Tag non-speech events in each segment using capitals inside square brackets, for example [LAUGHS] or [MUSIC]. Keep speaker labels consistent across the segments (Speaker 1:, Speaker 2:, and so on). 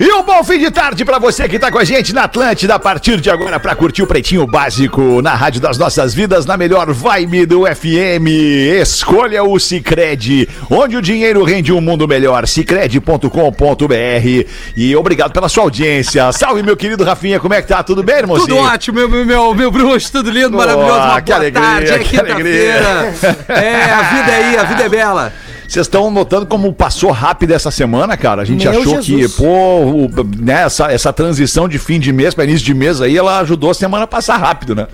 Speaker 1: E um bom fim de tarde pra você que tá com a gente na Atlântida a partir de agora pra curtir o Pretinho Básico na Rádio das Nossas Vidas, na melhor vibe do FM. Escolha o Cicred, onde o dinheiro rende um mundo melhor. Cicred.com.br. E obrigado pela sua audiência. Salve, meu querido Rafinha, como é que tá? Tudo bem, irmãozinho?
Speaker 2: Tudo ótimo, meu, meu, meu, meu bruxo, tudo lindo, maravilhoso. Uma
Speaker 1: que alegria,
Speaker 2: é
Speaker 1: que alegria.
Speaker 2: quinta-feira. É, a vida é aí, a vida é bela.
Speaker 1: Vocês estão notando como passou rápido essa semana, cara? A gente
Speaker 3: Meu
Speaker 1: achou
Speaker 3: Jesus.
Speaker 1: que, pô, o- né, essa, essa transição de fim de mês para início de mês aí, ela ajudou a semana a passar rápido, né?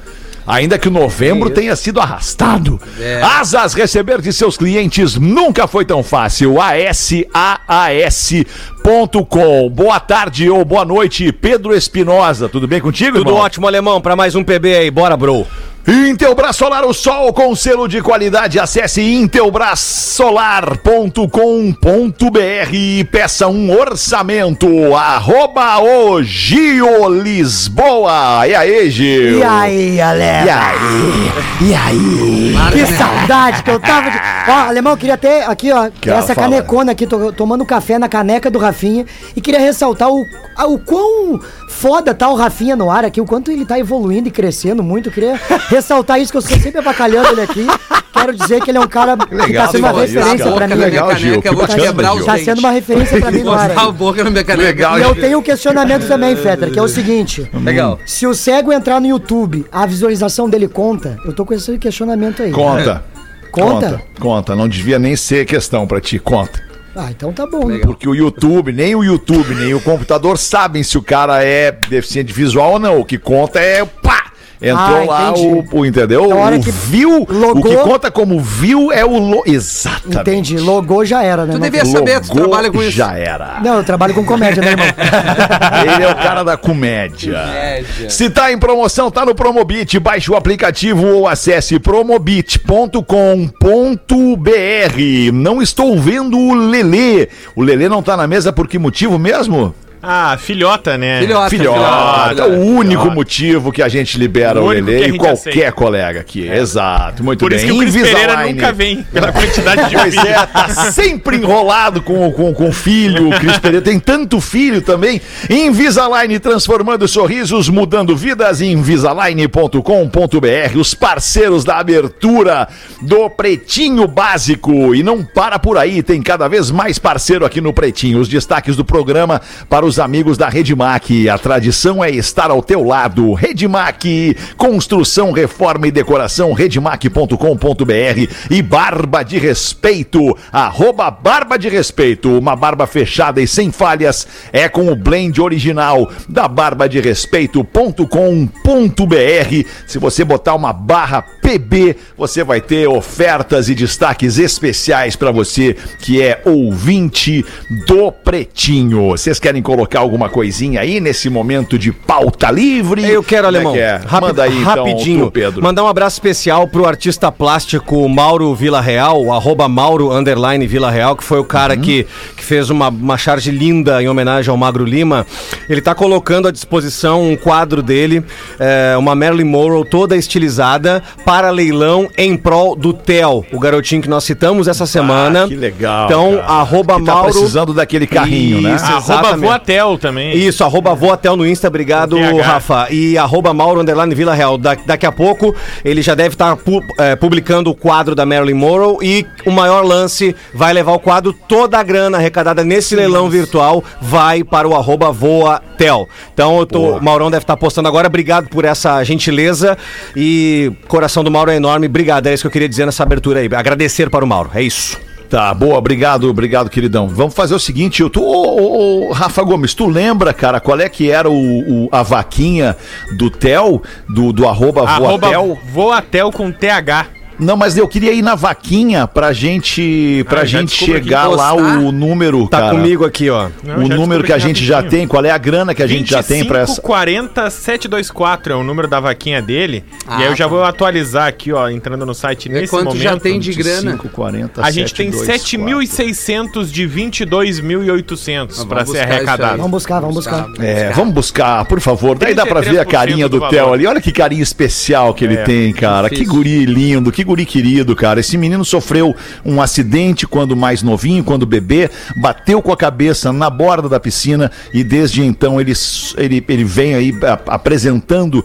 Speaker 1: Ainda que o novembro tenha sido arrastado.
Speaker 3: É.
Speaker 1: Asas receber de seus clientes nunca foi tão fácil. ASAAS.com. Boa tarde ou boa noite, Pedro Espinosa. Tudo bem contigo,
Speaker 4: Tudo
Speaker 1: irmão?
Speaker 4: ótimo, alemão, pra mais um PB aí. Bora, bro.
Speaker 1: Intelbras Solar, o sol com selo de qualidade. Acesse intelbrasolar.com.br e peça um orçamento. Arroba o Gio Lisboa. E aí, Gil?
Speaker 3: E aí, galera?
Speaker 1: E aí? E aí?
Speaker 3: Que saudade que eu tava de. Ó, alemão, queria ter aqui, ó, essa
Speaker 1: fala.
Speaker 3: canecona aqui, tô- tomando café na caneca do Rafinha. E queria ressaltar o, a- o quão foda tá o Rafinha no ar aqui, o quanto ele tá evoluindo e crescendo muito. Queria ressaltar isso, que eu sou sempre abacalhando ele aqui. Quero dizer que ele é um cara que
Speaker 1: legal,
Speaker 3: tá sendo uma
Speaker 1: legal isso,
Speaker 3: referência
Speaker 1: cara.
Speaker 3: pra
Speaker 1: Que
Speaker 3: mim.
Speaker 1: é legal, Gil, que
Speaker 2: eu vou te
Speaker 1: bacana,
Speaker 2: quebrar
Speaker 1: Gil.
Speaker 2: os
Speaker 3: Tá sendo uma referência pra mim no ar.
Speaker 2: Botar a
Speaker 3: aí.
Speaker 2: boca na minha caneca.
Speaker 1: Legal,
Speaker 3: E eu
Speaker 1: Gil.
Speaker 3: tenho um questionamento também, Fetter, que é o seguinte.
Speaker 4: Legal.
Speaker 3: Se o cego entrar no YouTube, a visualização dele conta? Eu tô com esse questionamento aí.
Speaker 1: Conta.
Speaker 3: Conta?
Speaker 1: Conta. Conta. Não devia nem ser questão pra ti. Conta.
Speaker 3: Ah, então tá bom.
Speaker 1: Porque o YouTube, nem o YouTube, nem o computador sabem se o cara é deficiente visual ou não. O que conta é pá! Entrou
Speaker 3: Ah,
Speaker 1: lá
Speaker 3: entendi.
Speaker 1: o, o- entendeu?
Speaker 3: Na hora
Speaker 1: o
Speaker 3: que
Speaker 1: view,
Speaker 3: logou-
Speaker 1: o que conta como view é o lo... exatamente.
Speaker 3: Entendi. Logou já era, né?
Speaker 2: Tu
Speaker 3: Não-
Speaker 2: devia saber, tu
Speaker 1: Logou,
Speaker 2: trabalha com isso.
Speaker 1: Já era.
Speaker 3: Não, eu trabalho com comédia, né, irmão?
Speaker 1: [LAUGHS] Ele é o cara da comédia. Se tá em promoção, tá no Promobit. Baixe o aplicativo ou acesse promobit.com.br. Não estou vendo o Lelê. O Lelê não tá na mesa por que motivo mesmo?
Speaker 5: Ah, filhota, né?
Speaker 2: Filhota.
Speaker 1: Filhota, É
Speaker 2: filhota.
Speaker 1: o único motivo que a gente libera
Speaker 5: O
Speaker 1: o,
Speaker 5: único que a
Speaker 1: Lelê e
Speaker 5: gente
Speaker 1: qualquer
Speaker 5: aceita. É.
Speaker 1: colega aqui. Exato, muito
Speaker 5: Por
Speaker 1: bem.
Speaker 5: isso que o Cris Pereira
Speaker 1: Invisalign.
Speaker 5: nunca vem, pela quantidade
Speaker 1: [LAUGHS]
Speaker 5: de
Speaker 1: Pois
Speaker 5: vídeo.
Speaker 1: é, tá sempre enrolado com o com, com o filho. O Cris Pereira tem tanto filho também. Invisalign transformando sorrisos, mudando vidas. Invisalign.com.br, os parceiros da abertura do Pretinho Básico. E não para por aí, tem cada vez mais parceiro aqui no Pretinho. Os destaques do programa para os amigos da Redmac. A tradição é estar ao teu lado. Redmac, construção, reforma e decoração. Redmac.com.br e Barba de Respeito. Arroba Barba de Respeito. Uma barba fechada e sem falhas é com o blend original da barba de respeito.com.br. Se você botar uma barra PB, você vai ter ofertas e destaques especiais para você que é ouvinte do Pretinho. Vocês querem colocar alguma coisinha aí nesse momento de pauta livre?
Speaker 4: Eu quero,
Speaker 1: Como é
Speaker 4: alemão.
Speaker 1: que é?
Speaker 4: Rapi-
Speaker 1: Manda aí então,
Speaker 4: rapidinho.
Speaker 1: tu, Pedro.
Speaker 4: Mandar um abraço especial pro artista plástico Mauro Vila Real, arroba Mauro underline Vila Real, que foi o cara
Speaker 1: Uhum.
Speaker 4: que, que fez uma, uma charge linda em homenagem ao Magro Lima. Ele tá colocando à disposição um quadro dele, é, uma Marilyn Monroe toda estilizada para leilão em prol do Theo, o garotinho que nós citamos essa semana.
Speaker 1: Ah, que legal,
Speaker 4: Então,
Speaker 1: cara.
Speaker 4: arroba
Speaker 1: Que tá
Speaker 4: Mauro.
Speaker 1: precisando daquele carrinho, né?
Speaker 4: Isso,
Speaker 5: Arroba
Speaker 4: exatamente.
Speaker 5: Voatel também.
Speaker 4: Isso, arroba Voatel no Insta, obrigado,
Speaker 5: Com TH.
Speaker 4: Rafa. E arroba Mauro Underline Vila Real. Da- daqui a pouco ele já deve estar pu- eh, publicando o quadro da Marilyn Monroe e o maior lance vai levar o quadro, toda a grana arrecadada nesse leilão virtual vai para o arroba Voatel. Então eu tô- o Maurão deve estar postando agora, obrigado por essa gentileza e coração do Mauro é enorme, obrigado, é isso que eu queria dizer nessa abertura aí, agradecer para o Mauro, é isso.
Speaker 1: Tá, boa, obrigado, obrigado, queridão. Vamos fazer o seguinte, eu tô. Ô, ô, ô, Rafa Gomes, tu lembra, cara, qual é que era o, o- a vaquinha do Tel, do, do arroba,
Speaker 5: Arroba
Speaker 1: Voatel?
Speaker 5: Voatel com TH.
Speaker 1: Não, mas eu queria ir na vaquinha pra gente, pra
Speaker 5: Ah, já
Speaker 1: gente
Speaker 5: descubro aqui,
Speaker 1: chegar lá
Speaker 2: postar.
Speaker 1: o número,
Speaker 4: Tá
Speaker 1: cara.
Speaker 4: comigo aqui, ó.
Speaker 1: o
Speaker 5: Não, já
Speaker 1: número
Speaker 5: descubro
Speaker 1: que a
Speaker 5: aqui
Speaker 1: gente já
Speaker 5: rapidinho.
Speaker 1: tem, qual é a grana que a gente já tem pra essa.
Speaker 5: 40 724 é o número da vaquinha dele.
Speaker 2: Ah,
Speaker 5: e aí eu já
Speaker 2: tá.
Speaker 5: vou atualizar aqui, ó, entrando no site
Speaker 2: Vê
Speaker 5: nesse
Speaker 2: quanto
Speaker 5: momento.
Speaker 2: já tem de grana.
Speaker 1: 40,
Speaker 5: A gente tem
Speaker 1: 7.000.
Speaker 5: 7.600 de 22.800 para
Speaker 2: Ah, vamos
Speaker 5: ser
Speaker 2: buscar isso
Speaker 5: arrecadado.
Speaker 2: aí.
Speaker 3: Vamos buscar, vamos buscar.
Speaker 1: É, vamos buscar, por favor. Daí dá pra ver a
Speaker 5: 33%
Speaker 1: carinha do
Speaker 5: do
Speaker 1: Theo
Speaker 5: valor.
Speaker 1: ali. Olha que carinha especial que ele
Speaker 5: É,
Speaker 1: tem, cara. Que
Speaker 2: difícil.
Speaker 1: guri lindo, que guri querido, cara. Esse menino sofreu um acidente quando mais novinho, quando bebê, bateu com a cabeça na borda da piscina e desde então ele, s- ele, ele vem aí a- apresentando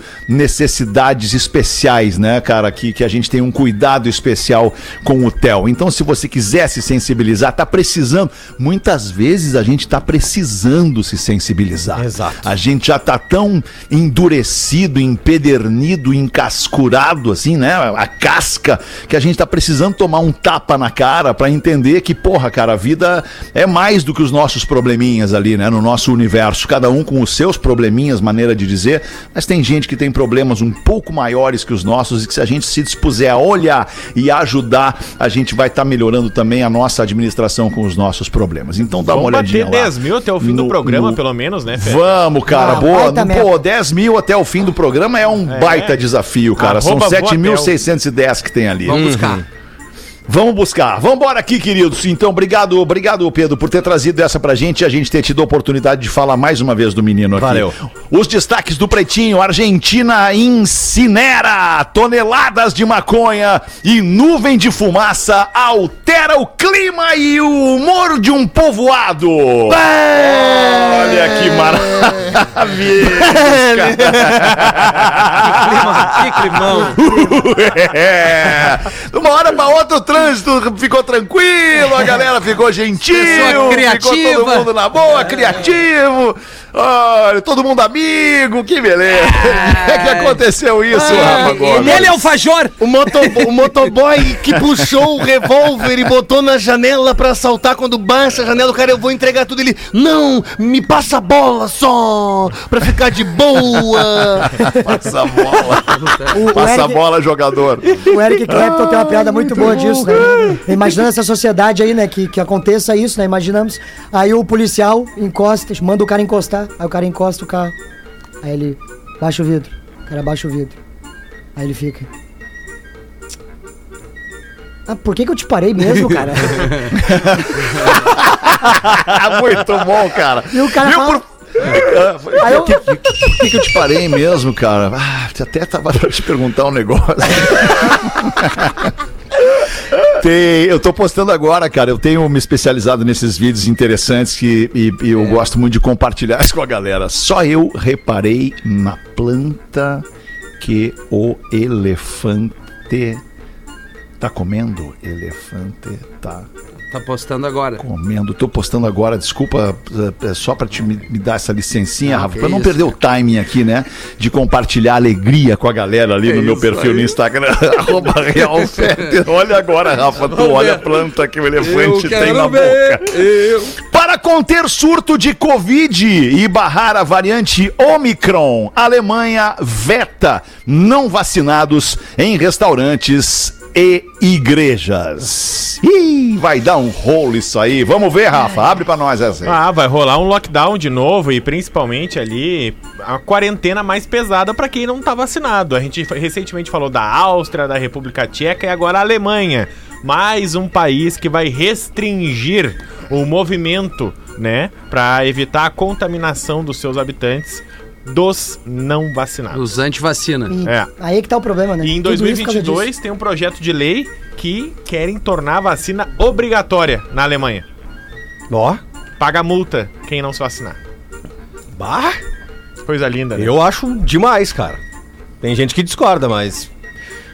Speaker 1: necessidades especiais, né, cara? Que, que a gente tem um cuidado especial com o Theo. Então, se você quiser se sensibilizar, tá precisando. Muitas vezes a gente tá precisando se sensibilizar.
Speaker 4: Exato.
Speaker 1: A gente já tá tão endurecido, empedernido, encascurado, assim, né? A casca, que a gente tá precisando tomar um tapa na cara pra entender que, porra, cara, a vida é mais do que os nossos probleminhas ali, né? No nosso universo. Cada um com os seus probleminhas, maneira de dizer. Mas tem gente que tem problemas um pouco maiores que os nossos e que se a gente se dispuser a olhar e ajudar, a gente vai estar melhorando também a nossa administração com os nossos problemas. Então dá uma
Speaker 5: Vamos
Speaker 1: olhadinha
Speaker 5: bater
Speaker 1: lá.
Speaker 5: 10 mil até o fim do
Speaker 1: no-
Speaker 5: programa,
Speaker 1: no-
Speaker 5: pelo menos, né, Fê?
Speaker 1: Vamos, cara,
Speaker 3: Ah,
Speaker 1: boa.
Speaker 3: baita
Speaker 1: Pô,
Speaker 3: meta.
Speaker 1: 10 mil até o fim do programa é um baita desafio, cara. São
Speaker 5: Arroba Voatel.
Speaker 1: 7.610 que tem ali.
Speaker 2: Vamos buscar.
Speaker 1: Vamos buscar. Vamos embora aqui, queridos. Então, obrigado, obrigado, Pedro, por ter trazido essa pra gente e a gente ter tido a oportunidade de falar mais uma vez do menino aqui.
Speaker 4: Valeu.
Speaker 1: Os destaques do Pretinho. Argentina incinera toneladas de maconha e nuvem de fumaça altera o clima e o humor de um povoado. Olha que maravilha.
Speaker 2: Clima, que climão.
Speaker 1: É. De uma hora pra outra o trânsito ficou tranquilo, a galera ficou gentil,
Speaker 2: Pessoa criativa. É.
Speaker 1: ficou todo mundo na boa, criativo, olha, todo mundo amigo, que beleza. Como é que aconteceu isso, Rafa Gomes?
Speaker 2: Ele é o Fajor.
Speaker 4: O, moto- o motoboy que puxou o revólver e botou na janela pra assaltar quando baixa a janela, o cara, eu vou entregar tudo. Ele, não, me passa a bola só, pra ficar de boa.
Speaker 1: Passa a bola,
Speaker 3: O, o
Speaker 1: passa a
Speaker 3: Eric,
Speaker 1: bola, jogador.
Speaker 3: o Eric Clapton tem uma piada muito boa disso, né? Imaginando essa sociedade aí, né? Que, que aconteça isso, né? Imaginamos. Aí o policial encosta, manda o cara encostar. Aí o cara encosta o carro. Aí ele baixa o vidro. O cara baixa o vidro. Aí ele fica. Ah, por que, que eu te parei
Speaker 1: [LAUGHS]
Speaker 3: mesmo, cara?
Speaker 1: Ah, Muito bom, cara.
Speaker 3: E o cara
Speaker 1: Viu
Speaker 3: fala-
Speaker 1: por-
Speaker 3: [LAUGHS] Aí eu,
Speaker 1: Por que, que eu te parei mesmo, cara? Ah, até tava pra te perguntar um negócio. [LAUGHS] Tem- eu tô postando agora, cara. Eu tenho me especializado nesses vídeos interessantes que, e, e eu gosto muito de compartilhar isso com a galera. Só eu reparei na planta que o elefante tá comendo. Elefante tá
Speaker 2: Tá postando agora.
Speaker 1: Comendo, tô postando agora, desculpa, é, é só pra te me, me dar essa licencinha,
Speaker 2: Ah,
Speaker 1: Rafa,
Speaker 2: que
Speaker 1: pra não
Speaker 2: isso,
Speaker 1: perder o timing aqui, né? De compartilhar alegria com a galera ali no meu perfil no Instagram, [LAUGHS] arroba Real
Speaker 2: [LAUGHS]
Speaker 1: Fetter. Olha agora, Rafa, tu olha a planta que o elefante tem na boca.
Speaker 2: Eu.
Speaker 1: Para conter surto de Covid e barrar a variante Omicron, Alemanha veta não vacinados em restaurantes e igrejas. Ih, vai dar um rolo isso aí. Vamos ver, Rafa. Abre pra nós essa aí.
Speaker 5: Ah, vai rolar um lockdown de novo e principalmente ali a quarentena mais pesada pra quem não tá vacinado. A gente recentemente falou da Áustria, da República Tcheca e agora a Alemanha. Mais um país que vai restringir o movimento, né, Pra evitar a contaminação dos seus habitantes dos não vacinados.
Speaker 2: Os antivacina.
Speaker 5: É.
Speaker 3: aí que tá o problema, né?
Speaker 5: E em
Speaker 3: Tudo isso por causa disso.
Speaker 5: 2022 tem um projeto de lei que querem tornar a vacina obrigatória na Alemanha.
Speaker 4: Ó,
Speaker 5: Paga multa quem não se vacinar.
Speaker 4: bah,
Speaker 5: Coisa linda, né?
Speaker 4: eu acho demais, cara. Tem gente que discorda, mas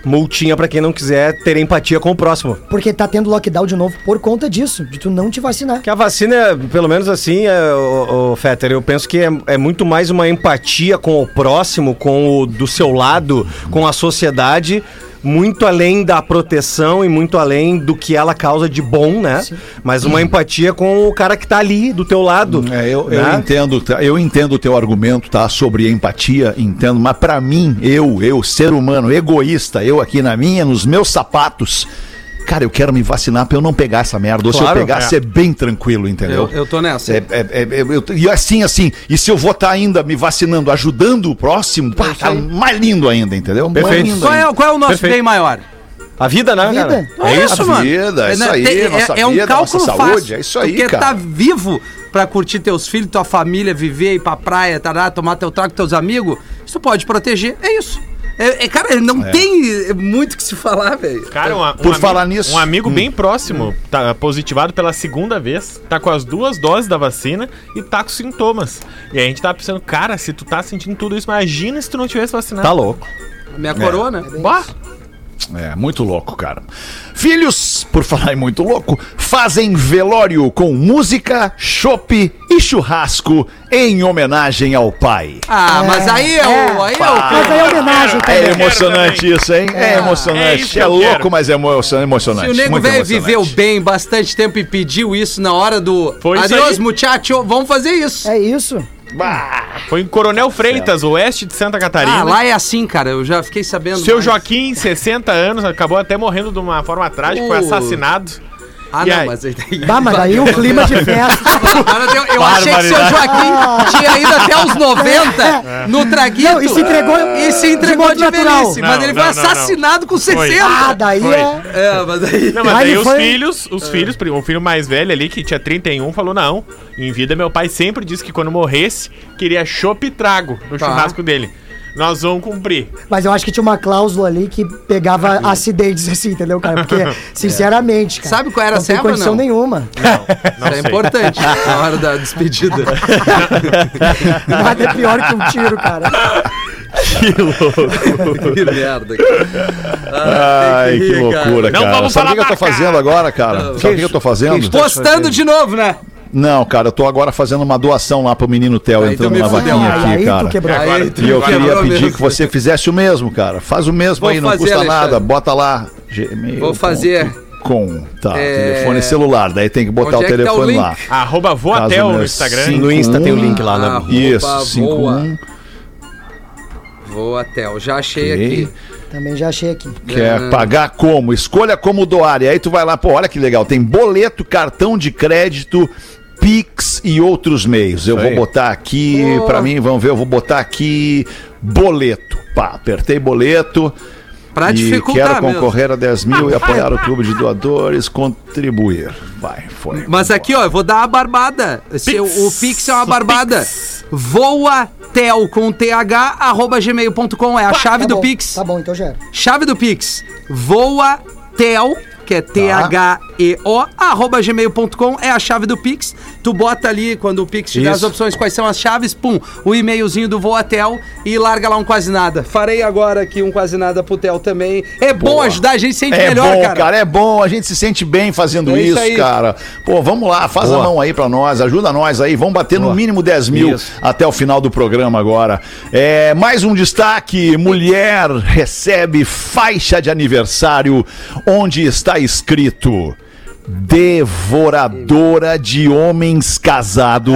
Speaker 4: multinha pra quem não quiser ter empatia com o próximo.
Speaker 3: Porque tá tendo lockdown de novo por conta disso, de tu não te vacinar.
Speaker 4: Que a vacina, pelo menos assim, é, o, Fetter, eu penso que é, é muito mais uma empatia com o próximo, com o do seu lado, com a sociedade, muito além da proteção e muito além do que ela causa de bom, né? Mas uma empatia com o cara que tá ali, do teu lado.
Speaker 1: É, eu, eu
Speaker 4: né?
Speaker 1: entendo, tá? eu entendo o teu argumento, tá? Sobre empatia, entendo, mas pra mim, eu, eu, ser humano, egoísta, eu aqui na minha, nos meus sapatos, cara, eu quero me vacinar pra eu não pegar essa merda. Ou se
Speaker 4: Claro,
Speaker 1: eu pegar,
Speaker 5: é.
Speaker 1: ser bem tranquilo, entendeu?
Speaker 2: Eu, eu tô nessa.
Speaker 1: É, é, é, é, eu- e assim, assim, e se eu vou estar ainda me vacinando, ajudando o próximo, pá, tá mais lindo ainda, entendeu?
Speaker 4: Perfeito.
Speaker 1: Mais lindo
Speaker 2: Qual é,
Speaker 1: ainda.
Speaker 2: o- qual é o nosso
Speaker 5: Perfeito.
Speaker 2: bem maior?
Speaker 4: A vida, né,
Speaker 3: Vida.
Speaker 4: cara?
Speaker 2: É isso,
Speaker 1: a vida, é isso
Speaker 2: na-
Speaker 1: aí,
Speaker 2: tem-
Speaker 1: nossa
Speaker 2: é um
Speaker 1: vida,
Speaker 2: cálculo
Speaker 1: nossa
Speaker 2: fácil.
Speaker 1: saúde, é isso aí,
Speaker 2: tu quer
Speaker 1: cara.
Speaker 2: tá vivo pra curtir teus filhos, tua família, viver, ir pra praia, tará, tomar teu trago, teus amigos. Isso tu pode proteger, é isso. É, é, cara, não tem muito o que se falar, velho.
Speaker 5: Cara, um,
Speaker 1: Por falar nisso- hum.
Speaker 5: um amigo bem próximo tá positivado pela segunda vez, tá com as duas doses da vacina e tá com sintomas. E a gente tá pensando, cara, se tu tá sentindo tudo isso, imagina se tu não tivesse vacinado.
Speaker 4: Tá louco.
Speaker 2: Minha coroa, né?
Speaker 5: Bah,
Speaker 1: É, muito louco, cara. Filhos, por falar em muito louco, fazem velório com música, chopp e churrasco em homenagem ao pai.
Speaker 2: Ah, mas aí é, o. Aí é o
Speaker 1: Pá.
Speaker 3: Mas aí é homenagem
Speaker 5: Cara,
Speaker 1: É
Speaker 3: também.
Speaker 5: eu quero
Speaker 1: emocionante isso, hein? É
Speaker 5: é
Speaker 1: emocionante.
Speaker 5: isso
Speaker 1: É,
Speaker 5: que eu
Speaker 1: louco,
Speaker 5: quero.
Speaker 1: mas é emocio- emocionante.
Speaker 2: Se o nego
Speaker 1: muito
Speaker 2: velho
Speaker 1: emocionante.
Speaker 2: viveu bem bastante tempo e pediu isso na hora do.
Speaker 5: Foi isso
Speaker 2: Adeus,
Speaker 5: aí.
Speaker 2: muchacho, vamos fazer isso.
Speaker 3: É isso.
Speaker 1: Bah,
Speaker 5: foi em Coronel Freitas, oeste de Santa Catarina.
Speaker 2: Ah, lá é assim, cara, eu já fiquei sabendo.
Speaker 5: né? Seu
Speaker 2: mais.
Speaker 5: Joaquim, 60 anos, acabou até morrendo de uma forma trágica, foi
Speaker 2: Uh.
Speaker 5: assassinado.
Speaker 2: Ah,
Speaker 5: E
Speaker 2: não,
Speaker 5: aí?
Speaker 2: mas aí. [LAUGHS]
Speaker 3: Bah, mas aí o clima
Speaker 1: [LAUGHS]
Speaker 3: de festa.
Speaker 2: Agora eu, eu achei que seu Joaquim tinha ido até os 90 no traguinho.
Speaker 3: É, Não, e se entregou-
Speaker 2: E se entregou
Speaker 3: de
Speaker 2: de
Speaker 3: modo natural.
Speaker 2: velhice. Mas
Speaker 5: Não,
Speaker 2: ele
Speaker 5: não,
Speaker 2: foi
Speaker 5: não, não.
Speaker 2: assassinado com 60.
Speaker 3: Ah, daí
Speaker 5: Foi.
Speaker 3: é.
Speaker 2: É, mas aí.
Speaker 5: Não, mas
Speaker 3: Aí
Speaker 5: aí
Speaker 3: ele
Speaker 5: os
Speaker 3: foi-
Speaker 5: filhos, os filhos, o filho mais velho ali, que tinha 31, falou: não, em vida meu pai sempre disse que quando morresse, queria chopp e trago no
Speaker 2: Tá.
Speaker 5: churrasco dele. Nós vamos cumprir.
Speaker 3: Mas eu acho que tinha uma cláusula ali que pegava acidentes [LAUGHS] assim, entendeu, cara? Porque,
Speaker 1: É.
Speaker 3: sinceramente, cara.
Speaker 2: Sabe qual era a
Speaker 3: não tem
Speaker 2: cebra,
Speaker 3: condição
Speaker 2: não?
Speaker 3: nenhuma.
Speaker 5: Não
Speaker 2: Isso é
Speaker 5: sei.
Speaker 2: importante na hora da
Speaker 5: [LAUGHS]
Speaker 2: despedida.
Speaker 3: Nada é pior que um tiro,
Speaker 1: [LAUGHS]
Speaker 3: cara.
Speaker 2: que merda. cara. Ah,
Speaker 1: Ai,
Speaker 2: tem
Speaker 1: que
Speaker 2: rir,
Speaker 1: loucura,
Speaker 5: Não
Speaker 1: cara.
Speaker 5: vamos
Speaker 1: Sabe o que
Speaker 5: falar
Speaker 1: eu tô
Speaker 5: marca.
Speaker 1: fazendo agora, cara? Sabe o que eu tô fazendo?
Speaker 2: cara. Postando de novo, né?
Speaker 1: Não, cara, eu tô agora fazendo uma doação lá pro menino Theo,
Speaker 2: Aí tu
Speaker 1: entrando
Speaker 2: me
Speaker 1: na
Speaker 2: fudeu.
Speaker 1: vaquinha
Speaker 3: Aí
Speaker 1: aqui,
Speaker 3: tu é
Speaker 1: cara.
Speaker 3: quebrou.
Speaker 5: Agora-
Speaker 2: Aí,
Speaker 1: E eu
Speaker 2: quebrou
Speaker 1: queria pedir
Speaker 2: mesmo.
Speaker 1: que você fizesse o mesmo, cara. Faz o mesmo
Speaker 2: Vou
Speaker 1: aí, não
Speaker 2: fazer,
Speaker 1: custa
Speaker 2: Alexandre.
Speaker 1: nada. Bota lá. gmail
Speaker 2: Vou fazer.
Speaker 1: Com, tá,
Speaker 2: É,
Speaker 1: telefone celular. Daí tem que botar o
Speaker 2: onde é que tá o
Speaker 1: telefone
Speaker 2: link? Ah,
Speaker 1: lá.
Speaker 5: Arroba Voatel
Speaker 1: Caso
Speaker 5: no
Speaker 1: meu,
Speaker 5: Instagram.
Speaker 1: sim.
Speaker 4: No Insta tem o link lá, né?
Speaker 2: Arroba
Speaker 1: Isso, 51.
Speaker 2: Vou até, eu já achei
Speaker 1: Ok.
Speaker 2: aqui.
Speaker 3: Também já achei aqui.
Speaker 1: Quer pagar como? Escolha como doar. E aí tu vai lá, pô, olha que legal. Tem boleto, cartão de crédito, Pix e outros meios. Eu vou botar aqui, pra mim, vamos ver, eu vou botar aqui boleto. Pá, apertei boleto.
Speaker 2: Pra
Speaker 1: e quero
Speaker 2: dificultar mesmo. Ah,
Speaker 1: concorrer a 10 mil e apoiar o clube de doadores, contribuir. Vai, foi.
Speaker 2: Mas aqui, ó, eu vou dar uma barbada. Se o, o Pix é uma barbada. Voatel com TH, arroba gmail.com. É a chave
Speaker 3: Tá
Speaker 2: do
Speaker 3: bom,
Speaker 2: Pix.
Speaker 3: Tá bom, então já era.
Speaker 2: Chave do Pix. Voatel, que é
Speaker 1: Tá.
Speaker 2: T-H-E-O, arroba gmail.com. É a chave do Pix. Tu bota ali, quando o Pix te dá as
Speaker 4: Isso.
Speaker 2: opções, quais são as chaves, pum, o e-mailzinho do Voatel e larga lá um quase nada. Farei agora aqui um quase nada pro Tel também. É bom
Speaker 1: Boa.
Speaker 2: ajudar a gente, sente
Speaker 1: É
Speaker 2: melhor,
Speaker 1: bom, cara.
Speaker 2: cara.
Speaker 1: é bom, a gente se sente bem fazendo
Speaker 2: É isso
Speaker 1: isso,
Speaker 2: aí.
Speaker 1: cara. Pô, vamos lá, faz a mão aí pra nós, ajuda nós aí, vamos bater no mínimo 10 mil
Speaker 4: Isso.
Speaker 1: até o final do programa agora. É, mais um destaque, mulher recebe faixa de aniversário onde está escrito... Devoradora de homens casados.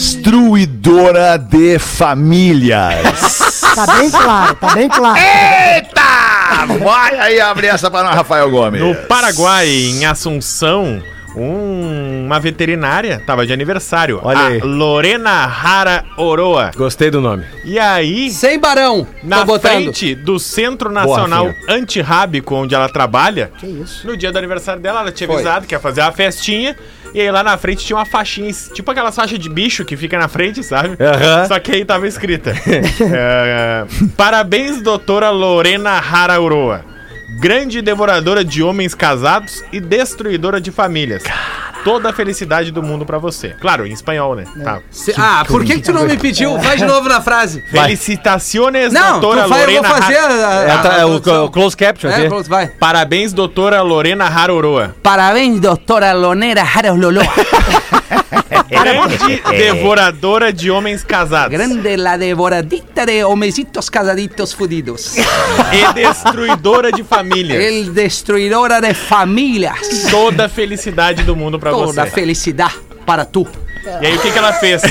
Speaker 1: Destruidora de
Speaker 2: [LAUGHS]
Speaker 1: famílias.
Speaker 3: Tá bem claro, tá bem claro.
Speaker 1: Eita! Vai aí abrir essa pra nós, Rafael Gomes.
Speaker 5: No Paraguai, em Assunção, um- uma veterinária tava de aniversário.
Speaker 4: Olha
Speaker 5: a
Speaker 4: aí.
Speaker 5: Lorena Rara Oroa.
Speaker 4: Gostei do nome.
Speaker 5: E aí,
Speaker 2: Sem barão,
Speaker 5: na
Speaker 2: tô botando.
Speaker 5: frente do Centro
Speaker 4: Boa,
Speaker 5: Nacional
Speaker 4: Rafinha.
Speaker 5: Antirrábico, onde ela trabalha,
Speaker 3: Que isso?
Speaker 5: no dia do aniversário dela, ela tinha
Speaker 2: Foi.
Speaker 5: avisado que ia fazer uma festinha. E aí lá na frente tinha uma faixinha, tipo aquelas faixas de bicho que fica na frente, sabe?
Speaker 4: Aham.
Speaker 5: Só que aí tava escrita. [LAUGHS] é, Parabéns, doutora Lorena Harauroa. Grande devoradora de homens casados e destruidora de famílias. Toda a felicidade do mundo pra você. Claro, em espanhol, né? Tá.
Speaker 2: Se- ah, por que, que tu não me pediu? Vai de novo na frase.
Speaker 5: Felicitaciones,
Speaker 2: Não, tu
Speaker 5: doutora
Speaker 2: vai, eu
Speaker 5: Lorena
Speaker 2: vou fazer
Speaker 5: Har-
Speaker 2: a, a-
Speaker 4: É, tá,
Speaker 6: Ah,
Speaker 4: é
Speaker 2: a
Speaker 4: o,
Speaker 2: tradução.
Speaker 4: o close caption
Speaker 2: É,
Speaker 4: aqui.
Speaker 2: pronto, vai.
Speaker 5: Parabéns, doutora Lorena Haroroa.
Speaker 2: Parabéns, doutora
Speaker 4: [LAUGHS]
Speaker 2: Lonera Harololo.
Speaker 5: Grande devoradora de homens casados
Speaker 2: É. Grande la devoradita de homecitos casaditos fudidos.
Speaker 5: e destruidora de famílias.
Speaker 2: El destruidora de familias.
Speaker 5: Toda a felicidade do mundo pra
Speaker 2: Toda
Speaker 5: você.
Speaker 2: felicidade para tu.
Speaker 5: E aí o que, que ela fez?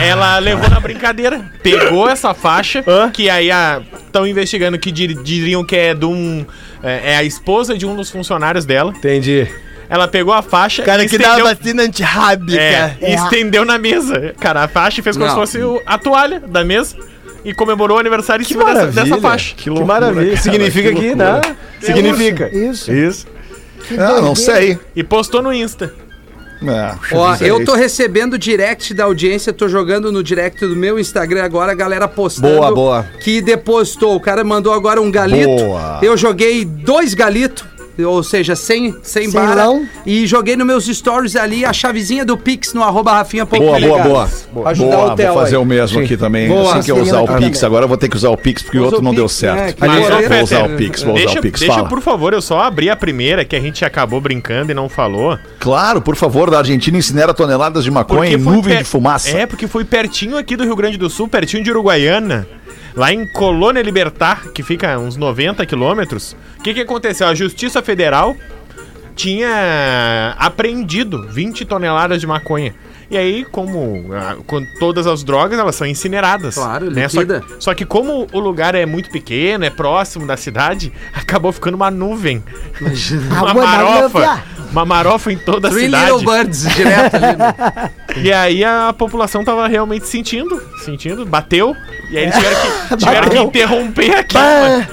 Speaker 5: Ela levou na brincadeira, pegou essa faixa, que aí estão investigando que dir- diriam que é de um. É, é a esposa de um dos funcionários dela.
Speaker 4: Entendi.
Speaker 5: Ela pegou a faixa
Speaker 6: Cara,
Speaker 5: e
Speaker 6: que dá
Speaker 5: estendeu,
Speaker 6: uma vacina antirrábica.
Speaker 5: é, e
Speaker 3: É.
Speaker 5: estendeu na mesa. Cara, a faixa e fez como
Speaker 2: Não.
Speaker 5: se fosse o- a toalha da mesa e comemorou o aniversário em cima dessa, dessa faixa.
Speaker 4: Que, maravilha. Significa que, né? Significa.
Speaker 3: Isso.
Speaker 4: Isso.
Speaker 1: Ah, não sei.
Speaker 5: E postou no Insta.
Speaker 1: É,
Speaker 2: Ó,
Speaker 1: isso aí.
Speaker 2: eu tô recebendo direct da audiência, tô jogando no direct do meu Instagram agora, a galera postando.
Speaker 4: Boa, boa.
Speaker 2: Que depositou. O cara mandou agora um galito.
Speaker 1: Boa.
Speaker 2: Eu joguei dois galitos. Ou seja, sem, sem barra.
Speaker 3: Semão.
Speaker 2: E joguei nos meus stories ali a chavezinha do Pix no arroba rafinha.
Speaker 1: Boa, boa, boa.
Speaker 2: Ajudar
Speaker 1: boa,
Speaker 2: o Theo
Speaker 1: vou fazer
Speaker 2: aí.
Speaker 1: o mesmo aqui também.
Speaker 2: Boa. tá
Speaker 1: assim que eu usar o
Speaker 3: Também.
Speaker 1: Pix, agora eu vou ter que usar o Pix, porque o
Speaker 2: Usa
Speaker 1: outro
Speaker 2: o
Speaker 1: não
Speaker 2: Pix,
Speaker 1: deu
Speaker 2: né,
Speaker 1: certo.
Speaker 2: que
Speaker 1: Mas
Speaker 5: maravilha.
Speaker 1: vou usar o
Speaker 5: É.
Speaker 1: Pix, vou usar
Speaker 5: Deixa,
Speaker 1: o Pix.
Speaker 5: deixa
Speaker 1: Fala.
Speaker 5: por favor, eu só abrir a primeira que a gente acabou brincando e não falou.
Speaker 1: Claro, por favor, da Argentina incinera toneladas de maconha em
Speaker 5: foi
Speaker 1: nuvem
Speaker 5: per-
Speaker 1: de fumaça.
Speaker 5: É, porque foi pertinho aqui do Rio Grande do Sul, pertinho de Uruguaiana, lá em Colônia Libertar, que fica a uns 90 quilômetros. O que, que aconteceu? A Justiça Federal tinha apreendido 20 toneladas de maconha. E aí, como ah, com todas as drogas, elas são incineradas. né?
Speaker 2: Claro,
Speaker 5: Só,
Speaker 2: liquida.
Speaker 5: só que como o lugar é muito pequeno, é próximo da cidade, [LAUGHS] acabou ficando uma nuvem.
Speaker 3: Ah,
Speaker 5: uma
Speaker 3: boa,
Speaker 5: marofa.
Speaker 3: maravilha.
Speaker 5: Uma marofa em toda a
Speaker 2: Three
Speaker 5: cidade.
Speaker 2: Little Birds, direto ali. né?
Speaker 5: E aí a população tava realmente sentindo, sentindo, bateu, e aí eles tiveram
Speaker 2: [LAUGHS]
Speaker 5: que, tiveram que interromper aqui,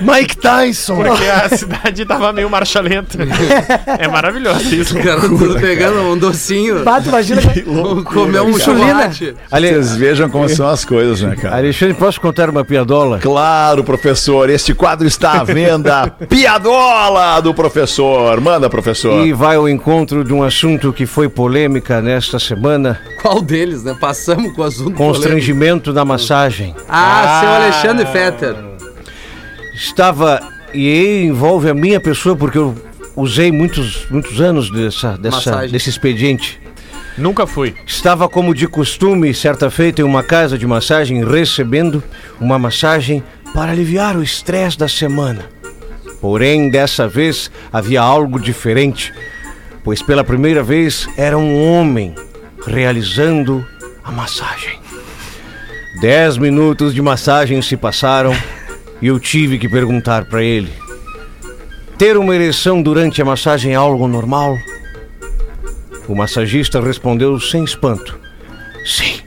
Speaker 1: Mike Tyson.
Speaker 5: porque a cidade tava meio marcha
Speaker 2: [LAUGHS]
Speaker 5: lenta. É maravilhoso isso.
Speaker 2: O cara tudo pegando um docinho.
Speaker 3: Bato,
Speaker 1: [LAUGHS]
Speaker 3: imagina.
Speaker 2: [LAUGHS] Comeu um
Speaker 3: Insulina.
Speaker 2: chocolate.
Speaker 1: Vocês vejam como são as coisas, né, cara?
Speaker 4: [LAUGHS] Alexandre, posso contar uma piadola?
Speaker 1: Claro, professor, este quadro está à
Speaker 2: [LAUGHS]
Speaker 1: venda. Piadola do professor. Manda, professor.
Speaker 4: E vai ao encontro de um assunto que foi polêmica nesta semana:
Speaker 2: Qual deles, né? Passamos com o assunto. polêmico.
Speaker 4: constrangimento na massagem.
Speaker 2: Ah, seu Alexandre Fetter. [LAUGHS]
Speaker 4: Estava. E envolve a minha pessoa, porque eu usei muitos, muitos anos dessa, dessa,
Speaker 2: Massagem.
Speaker 4: desse expediente.
Speaker 5: Nunca fui.
Speaker 4: Estava, como de costume, certa feita, em uma casa de massagem, recebendo uma massagem para aliviar o estresse da semana. Porém, dessa vez havia algo diferente, pois pela primeira vez era um homem realizando a massagem. Dez minutos de massagem se passaram e eu tive que perguntar para ele: ter uma ereção durante a massagem é algo normal? O massagista respondeu sem espanto: Sim,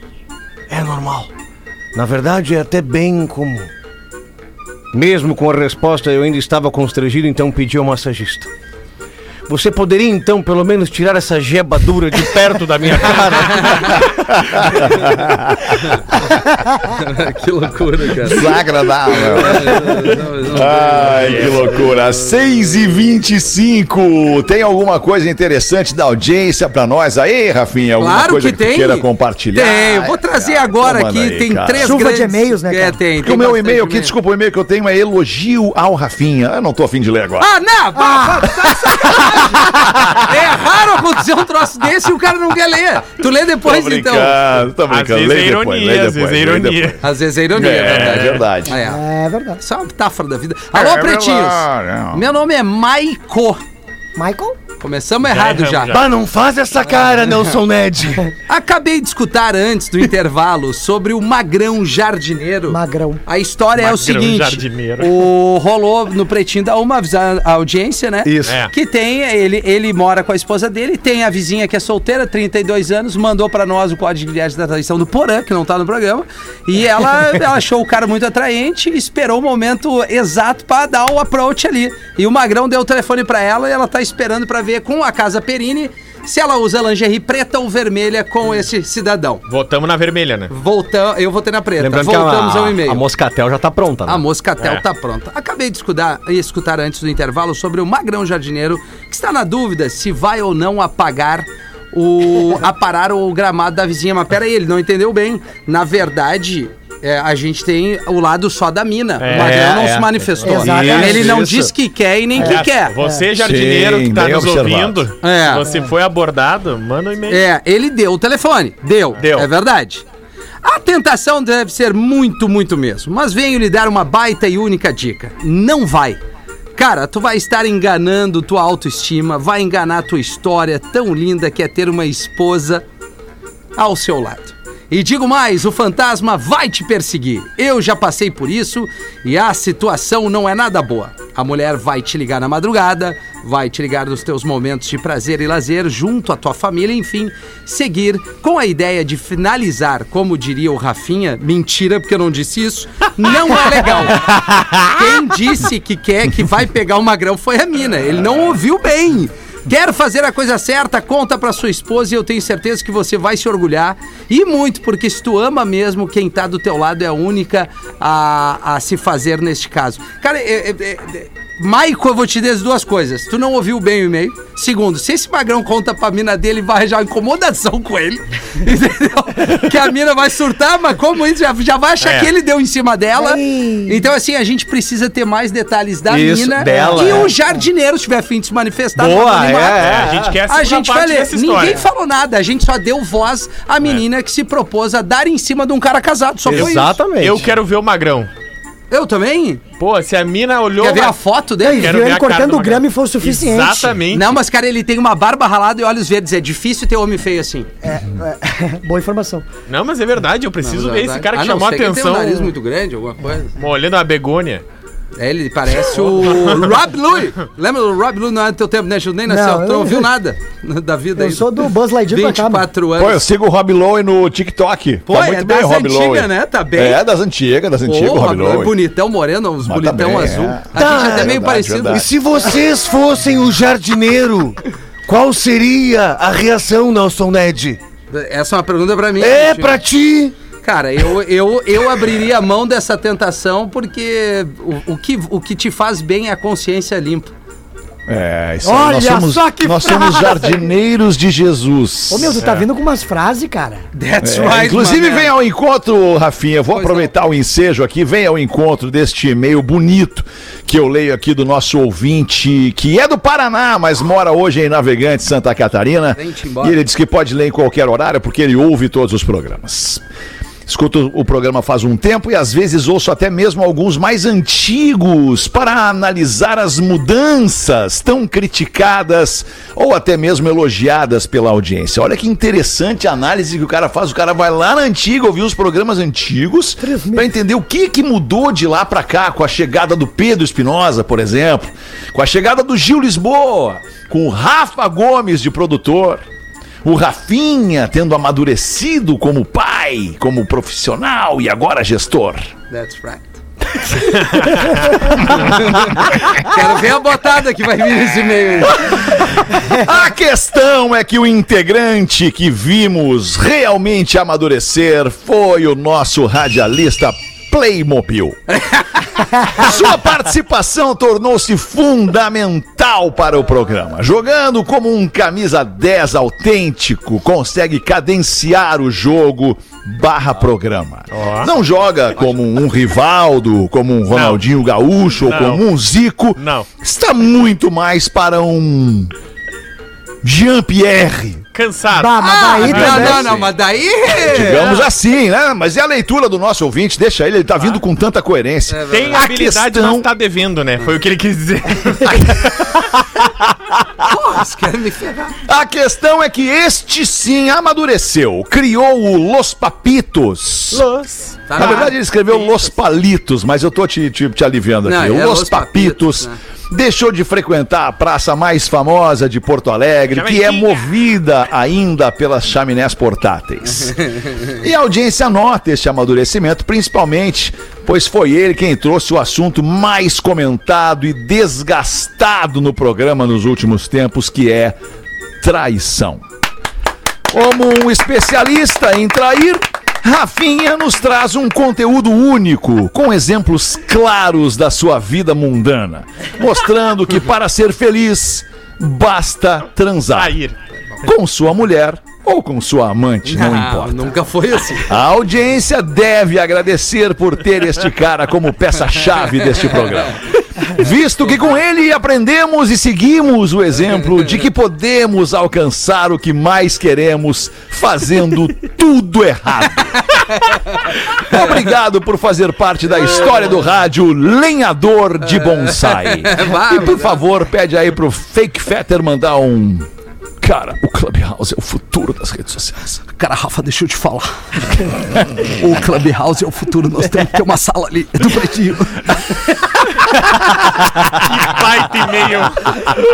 Speaker 4: é normal. Na verdade, é até bem comum. Mesmo com a resposta, eu ainda estava constrangido, então pedi ao massagista: Você poderia então pelo menos tirar essa jeba dura
Speaker 2: [LAUGHS]
Speaker 4: de perto da minha
Speaker 5: [LAUGHS]
Speaker 4: cara?
Speaker 2: que loucura,
Speaker 1: [LAUGHS]
Speaker 2: cara.
Speaker 1: Desagradável. Ai, que loucura. 6 e 25 Tem alguma coisa interessante da audiência pra nós aí, Rafinha? Alguma
Speaker 2: Claro
Speaker 1: coisa
Speaker 2: que tem.
Speaker 1: tu queira compartilhar?
Speaker 2: Tem, eu vou trazer
Speaker 1: Ah,
Speaker 2: agora
Speaker 1: então
Speaker 2: aqui.
Speaker 1: manda aí,
Speaker 2: tem
Speaker 1: cara.
Speaker 2: três
Speaker 3: Chuva de
Speaker 2: grandes-
Speaker 3: e-mails, né,
Speaker 2: É,
Speaker 3: cara?
Speaker 2: tem.
Speaker 1: Porque
Speaker 2: tem
Speaker 1: o meu
Speaker 2: bastante
Speaker 1: e-mail aqui,
Speaker 2: e-mail.
Speaker 1: desculpa, o e-mail que eu tenho é elogio ao Rafinha. Eu não tô afim de ler agora.
Speaker 2: Ah, não! pá, pá, tá sacanagem. é raro acontecer um troço desse e o cara não quer ler. Tu lê depois,
Speaker 1: tô
Speaker 2: então.
Speaker 1: brincando, tô
Speaker 5: Às
Speaker 1: brincando.
Speaker 5: vezes
Speaker 1: Lê
Speaker 5: é
Speaker 1: depois,
Speaker 5: ironia,
Speaker 1: lê
Speaker 5: às vezes é
Speaker 1: depois, lê
Speaker 5: [LAUGHS] ironia.
Speaker 1: depois.
Speaker 2: Às vezes é ironia,
Speaker 1: É,
Speaker 2: é verdade.
Speaker 1: verdade.
Speaker 2: Ah, é.
Speaker 3: É verdade.
Speaker 2: Isso é uma metáfora da vida.
Speaker 1: É,
Speaker 2: Alô, pretinhos! Meu nome é Maico.
Speaker 3: Michael?
Speaker 2: Começamos Tá errado
Speaker 5: erramos
Speaker 2: já.
Speaker 5: já.
Speaker 4: Ah, não faz essa cara, Nelson Ned!
Speaker 2: Acabei de escutar antes do intervalo sobre o magrão jardineiro.
Speaker 3: Magrão.
Speaker 2: A história é
Speaker 5: Magrão
Speaker 2: o seguinte:
Speaker 5: jardineiro.
Speaker 2: o rolou no pretinho da uma avisar a audiência, né?
Speaker 1: Isso.
Speaker 5: É.
Speaker 2: Que tem ele, ele mora com a esposa dele, tem a vizinha que é solteira, 32 anos, mandou pra nós o código de ética da traição do Porã, que não tá no programa,
Speaker 4: [LAUGHS]
Speaker 2: e ela, ela achou o cara muito atraente, esperou o momento exato pra dar o approach ali. E o Magrão deu o telefone pra ela e ela tá esperando pra ver com a casa Perini se ela usa lingerie preta ou vermelha com esse cidadão.
Speaker 5: Voltamos na vermelha, né?
Speaker 2: Voltamos, eu votei na preta.
Speaker 4: Lembrando que
Speaker 2: Voltamos
Speaker 4: a,
Speaker 2: ao e-mail.
Speaker 4: a moscatel já tá pronta, né?
Speaker 2: A moscatel
Speaker 5: É.
Speaker 2: tá pronta. Acabei de escutar, escutar antes do intervalo sobre o magrão jardineiro que está na dúvida se vai ou não apagar o [LAUGHS] aparar o gramado da vizinha. Mas pera aí, ele não entendeu bem. Na verdade, é, a gente tem o lado só da mina.
Speaker 5: É,
Speaker 2: o magrão não
Speaker 4: é.
Speaker 2: se manifestou.
Speaker 3: Exatamente.
Speaker 2: ele não
Speaker 4: Isso.
Speaker 2: diz que quer e nem que quer.
Speaker 5: Você, jardineiro,
Speaker 1: É. Sim,
Speaker 5: que tá
Speaker 1: bem
Speaker 5: nos
Speaker 1: observado.
Speaker 5: ouvindo,
Speaker 2: É.
Speaker 5: você foi abordado, manda um e-mail.
Speaker 2: É, ele deu o telefone. Deu.
Speaker 5: Deu.
Speaker 2: É verdade. A tentação deve ser muito, muito mesmo. Mas venho lhe dar uma baita e única dica. Não vai. Cara, tu vai estar enganando tua autoestima, vai enganar tua história tão linda que é ter uma esposa ao seu lado. E digo mais, o fantasma vai te perseguir. Eu já passei por isso e a situação não é nada boa. A mulher vai te ligar na madrugada, vai te ligar nos teus momentos de prazer e lazer junto à tua família, enfim, seguir com a ideia de finalizar, como diria o Rafinha, mentira porque eu não disse isso, não é legal. Quem disse que quer que vai pegar o magrão foi a mina. Ele não ouviu bem. Quer fazer a coisa certa? Conta pra sua esposa e eu tenho certeza que você vai se orgulhar. E muito, porque se tu ama mesmo, quem tá do teu lado é a única a, a se fazer neste caso. Cara, é, é, é, é, Maico, eu vou te dizer duas coisas. Tu não ouviu bem o e-mail. Segundo, se esse magrão conta pra mina dele, vai arranjar uma incomodação com ele. [LAUGHS] Entendeu? Que a mina vai surtar, mas como isso? Já, já vai achar
Speaker 5: É.
Speaker 2: que ele deu em cima dela.
Speaker 3: Ei.
Speaker 2: Então, assim, a gente precisa ter mais detalhes da
Speaker 4: Isso,
Speaker 2: mina.
Speaker 4: dela,
Speaker 2: e
Speaker 4: é.
Speaker 2: o jardineiro tiver fim de se manifestar.
Speaker 4: Boa,
Speaker 2: no anonimato.
Speaker 5: É, a gente quer a
Speaker 2: A
Speaker 5: segunda
Speaker 2: gente vai
Speaker 5: parte
Speaker 2: ler.
Speaker 5: dessa história.
Speaker 2: Ninguém falou nada, a gente só deu voz à menina que se propôs a dar em cima de um cara casado. Só foi
Speaker 4: Exatamente.
Speaker 5: Eu quero ver o Magrão.
Speaker 2: isso. Eu também?
Speaker 5: Pô, se a mina olhou.
Speaker 2: Quer ver
Speaker 5: lá-
Speaker 2: a foto
Speaker 3: Ele
Speaker 2: dele?
Speaker 5: Quero
Speaker 3: viu
Speaker 5: ver
Speaker 3: ele
Speaker 5: a cara
Speaker 3: cortando
Speaker 5: do
Speaker 3: o grama e foi o suficiente.
Speaker 5: Exatamente.
Speaker 2: Não, mas cara, ele tem uma barba ralada e olhos verdes. É difícil ter homem feio assim.
Speaker 3: É, [LAUGHS] Boa informação.
Speaker 5: Não, mas é verdade, eu preciso ver esse cara que
Speaker 2: Ah, não,
Speaker 5: chamou a
Speaker 2: sei que ele
Speaker 5: atenção.
Speaker 2: Tem um nariz muito grande, alguma coisa.
Speaker 5: Olhando a begônia.
Speaker 2: É, ele
Speaker 5: [LAUGHS]
Speaker 2: parece o Rob Louie. Lembra do Rob Louie? Não era do teu tempo, né, Gil? Nem nasceu.
Speaker 3: Não,
Speaker 2: tu não
Speaker 3: eu-
Speaker 2: viu nada da vida
Speaker 3: Eu
Speaker 2: ainda.
Speaker 3: sou do Buzz Lightyear pra cá. mano.
Speaker 2: 24
Speaker 1: [LAUGHS] Pô,
Speaker 2: anos.
Speaker 1: eu sigo o Rob Lowe no TikTok. Tá
Speaker 2: Pô, é das antigas, né? Tá bem.
Speaker 1: É, das antigas, das antigas, o Rob
Speaker 2: Pô,
Speaker 1: Lowe.
Speaker 2: é bonitão moreno,
Speaker 1: Mas
Speaker 2: uns
Speaker 1: tá
Speaker 2: bonitão
Speaker 1: bem,
Speaker 2: azul.
Speaker 1: é.
Speaker 2: A gente até é meio
Speaker 1: verdade,
Speaker 2: parecido.
Speaker 1: verdade.
Speaker 6: E se vocês fossem o jardineiro, qual seria a reação, Nelson Ned?
Speaker 2: Essa é uma pergunta pra mim.
Speaker 6: É
Speaker 2: gente.
Speaker 6: pra ti!
Speaker 2: Cara, eu, eu, eu abriria a mão dessa tentação porque o, o que, o que te faz bem é a consciência limpa.
Speaker 1: É, isso
Speaker 3: Olha
Speaker 1: aí. Nós somos,
Speaker 3: só que
Speaker 1: nós somos jardineiros de Jesus.
Speaker 3: Ô, meu, tu tá vindo com umas frases, cara.
Speaker 2: That's
Speaker 1: É, inclusive,
Speaker 3: né?
Speaker 1: vem ao encontro, Rafinha. Vou
Speaker 3: é.
Speaker 2: Pois
Speaker 1: aproveitar o ensejo aqui. Vem ao encontro deste e-mail bonito que eu leio aqui do nosso ouvinte, que é do Paraná, mas mora hoje em Navegante, Santa Catarina.
Speaker 2: Vem-te embora.
Speaker 1: E ele diz que pode ler em qualquer horário porque ele ouve todos os programas. Escuto o programa faz um tempo e às vezes ouço até mesmo alguns mais antigos para analisar as mudanças tão criticadas ou até mesmo elogiadas pela audiência. Olha que interessante a análise que o cara faz. O cara vai lá na antiga, ouvir os programas antigos para entender o que que mudou de lá para cá com a chegada do Pedro Espinosa, por exemplo, com a chegada do Gil Lisboa, com o Rafa Gomes de produtor. O Rafinha tendo amadurecido como pai, como profissional e agora gestor.
Speaker 2: That's right. [LAUGHS] Quero ver a botada que vai vir nesse meio aí.
Speaker 1: [LAUGHS] A questão é que o integrante que vimos realmente amadurecer foi o nosso radialista Playmobil. Sua participação tornou-se fundamental para o programa. Jogando como um camisa 10 autêntico, consegue cadenciar o jogo barra programa. Não joga como um Rivaldo, como um Ronaldinho Gaúcho ou
Speaker 5: Não.
Speaker 1: como um Zico.
Speaker 5: Não.
Speaker 1: Está muito mais para um Jean-Pierre.
Speaker 5: Cansado.
Speaker 3: Bah, mas
Speaker 2: Ah,
Speaker 3: daí
Speaker 2: não,
Speaker 3: também.
Speaker 2: não, não, mas daí.
Speaker 5: É.
Speaker 1: Digamos assim, né? Mas é a leitura do nosso ouvinte, deixa ele, ele tá vindo com tanta coerência.
Speaker 5: Ah. É Tem
Speaker 1: A
Speaker 5: habilidade,
Speaker 1: questão-
Speaker 5: não tá devendo, né? Foi o que ele quis dizer. [LAUGHS]
Speaker 2: Porra, você quer me ferrar.
Speaker 1: A questão é que este sim amadureceu, criou o Los Papitos.
Speaker 2: Tá
Speaker 1: Na verdade, ele escreveu Los Palitos, mas eu tô te, te, te aliviando aqui.
Speaker 2: Não, é
Speaker 1: o Los,
Speaker 2: Los
Speaker 1: Papitos.
Speaker 2: Papitos, né?
Speaker 1: Deixou de frequentar a praça mais famosa de Porto Alegre, que é
Speaker 5: Chamequinha.
Speaker 1: movida ainda pelas chaminés portáteis.
Speaker 2: [LAUGHS]
Speaker 1: E a audiência nota este amadurecimento, principalmente pois foi ele quem trouxe o assunto mais comentado e desgastado no programa nos últimos tempos, que é traição. Como um especialista em trair, Rafinha nos traz um conteúdo único, com exemplos claros da sua vida mundana, mostrando que para ser feliz basta transar
Speaker 5: Sair.
Speaker 1: com sua mulher ou com sua amante,
Speaker 2: Ah,
Speaker 1: não importa.
Speaker 2: Nunca foi assim.
Speaker 1: A audiência deve agradecer por ter este cara como peça-chave deste programa. Visto que com ele aprendemos e seguimos o exemplo de que podemos alcançar o que mais queremos fazendo tudo errado. Obrigado por fazer parte da história do rádio Lenhador de Bonsai. E por favor, pede aí pro Fake Fetter mandar um. Cara, o Clubhouse é o futuro das redes sociais.
Speaker 2: Cara, Rafa, deixa eu te falar. [LAUGHS] o Clubhouse é o futuro, nós temos que ter uma sala ali do pretinho.
Speaker 5: Que baita e-mail.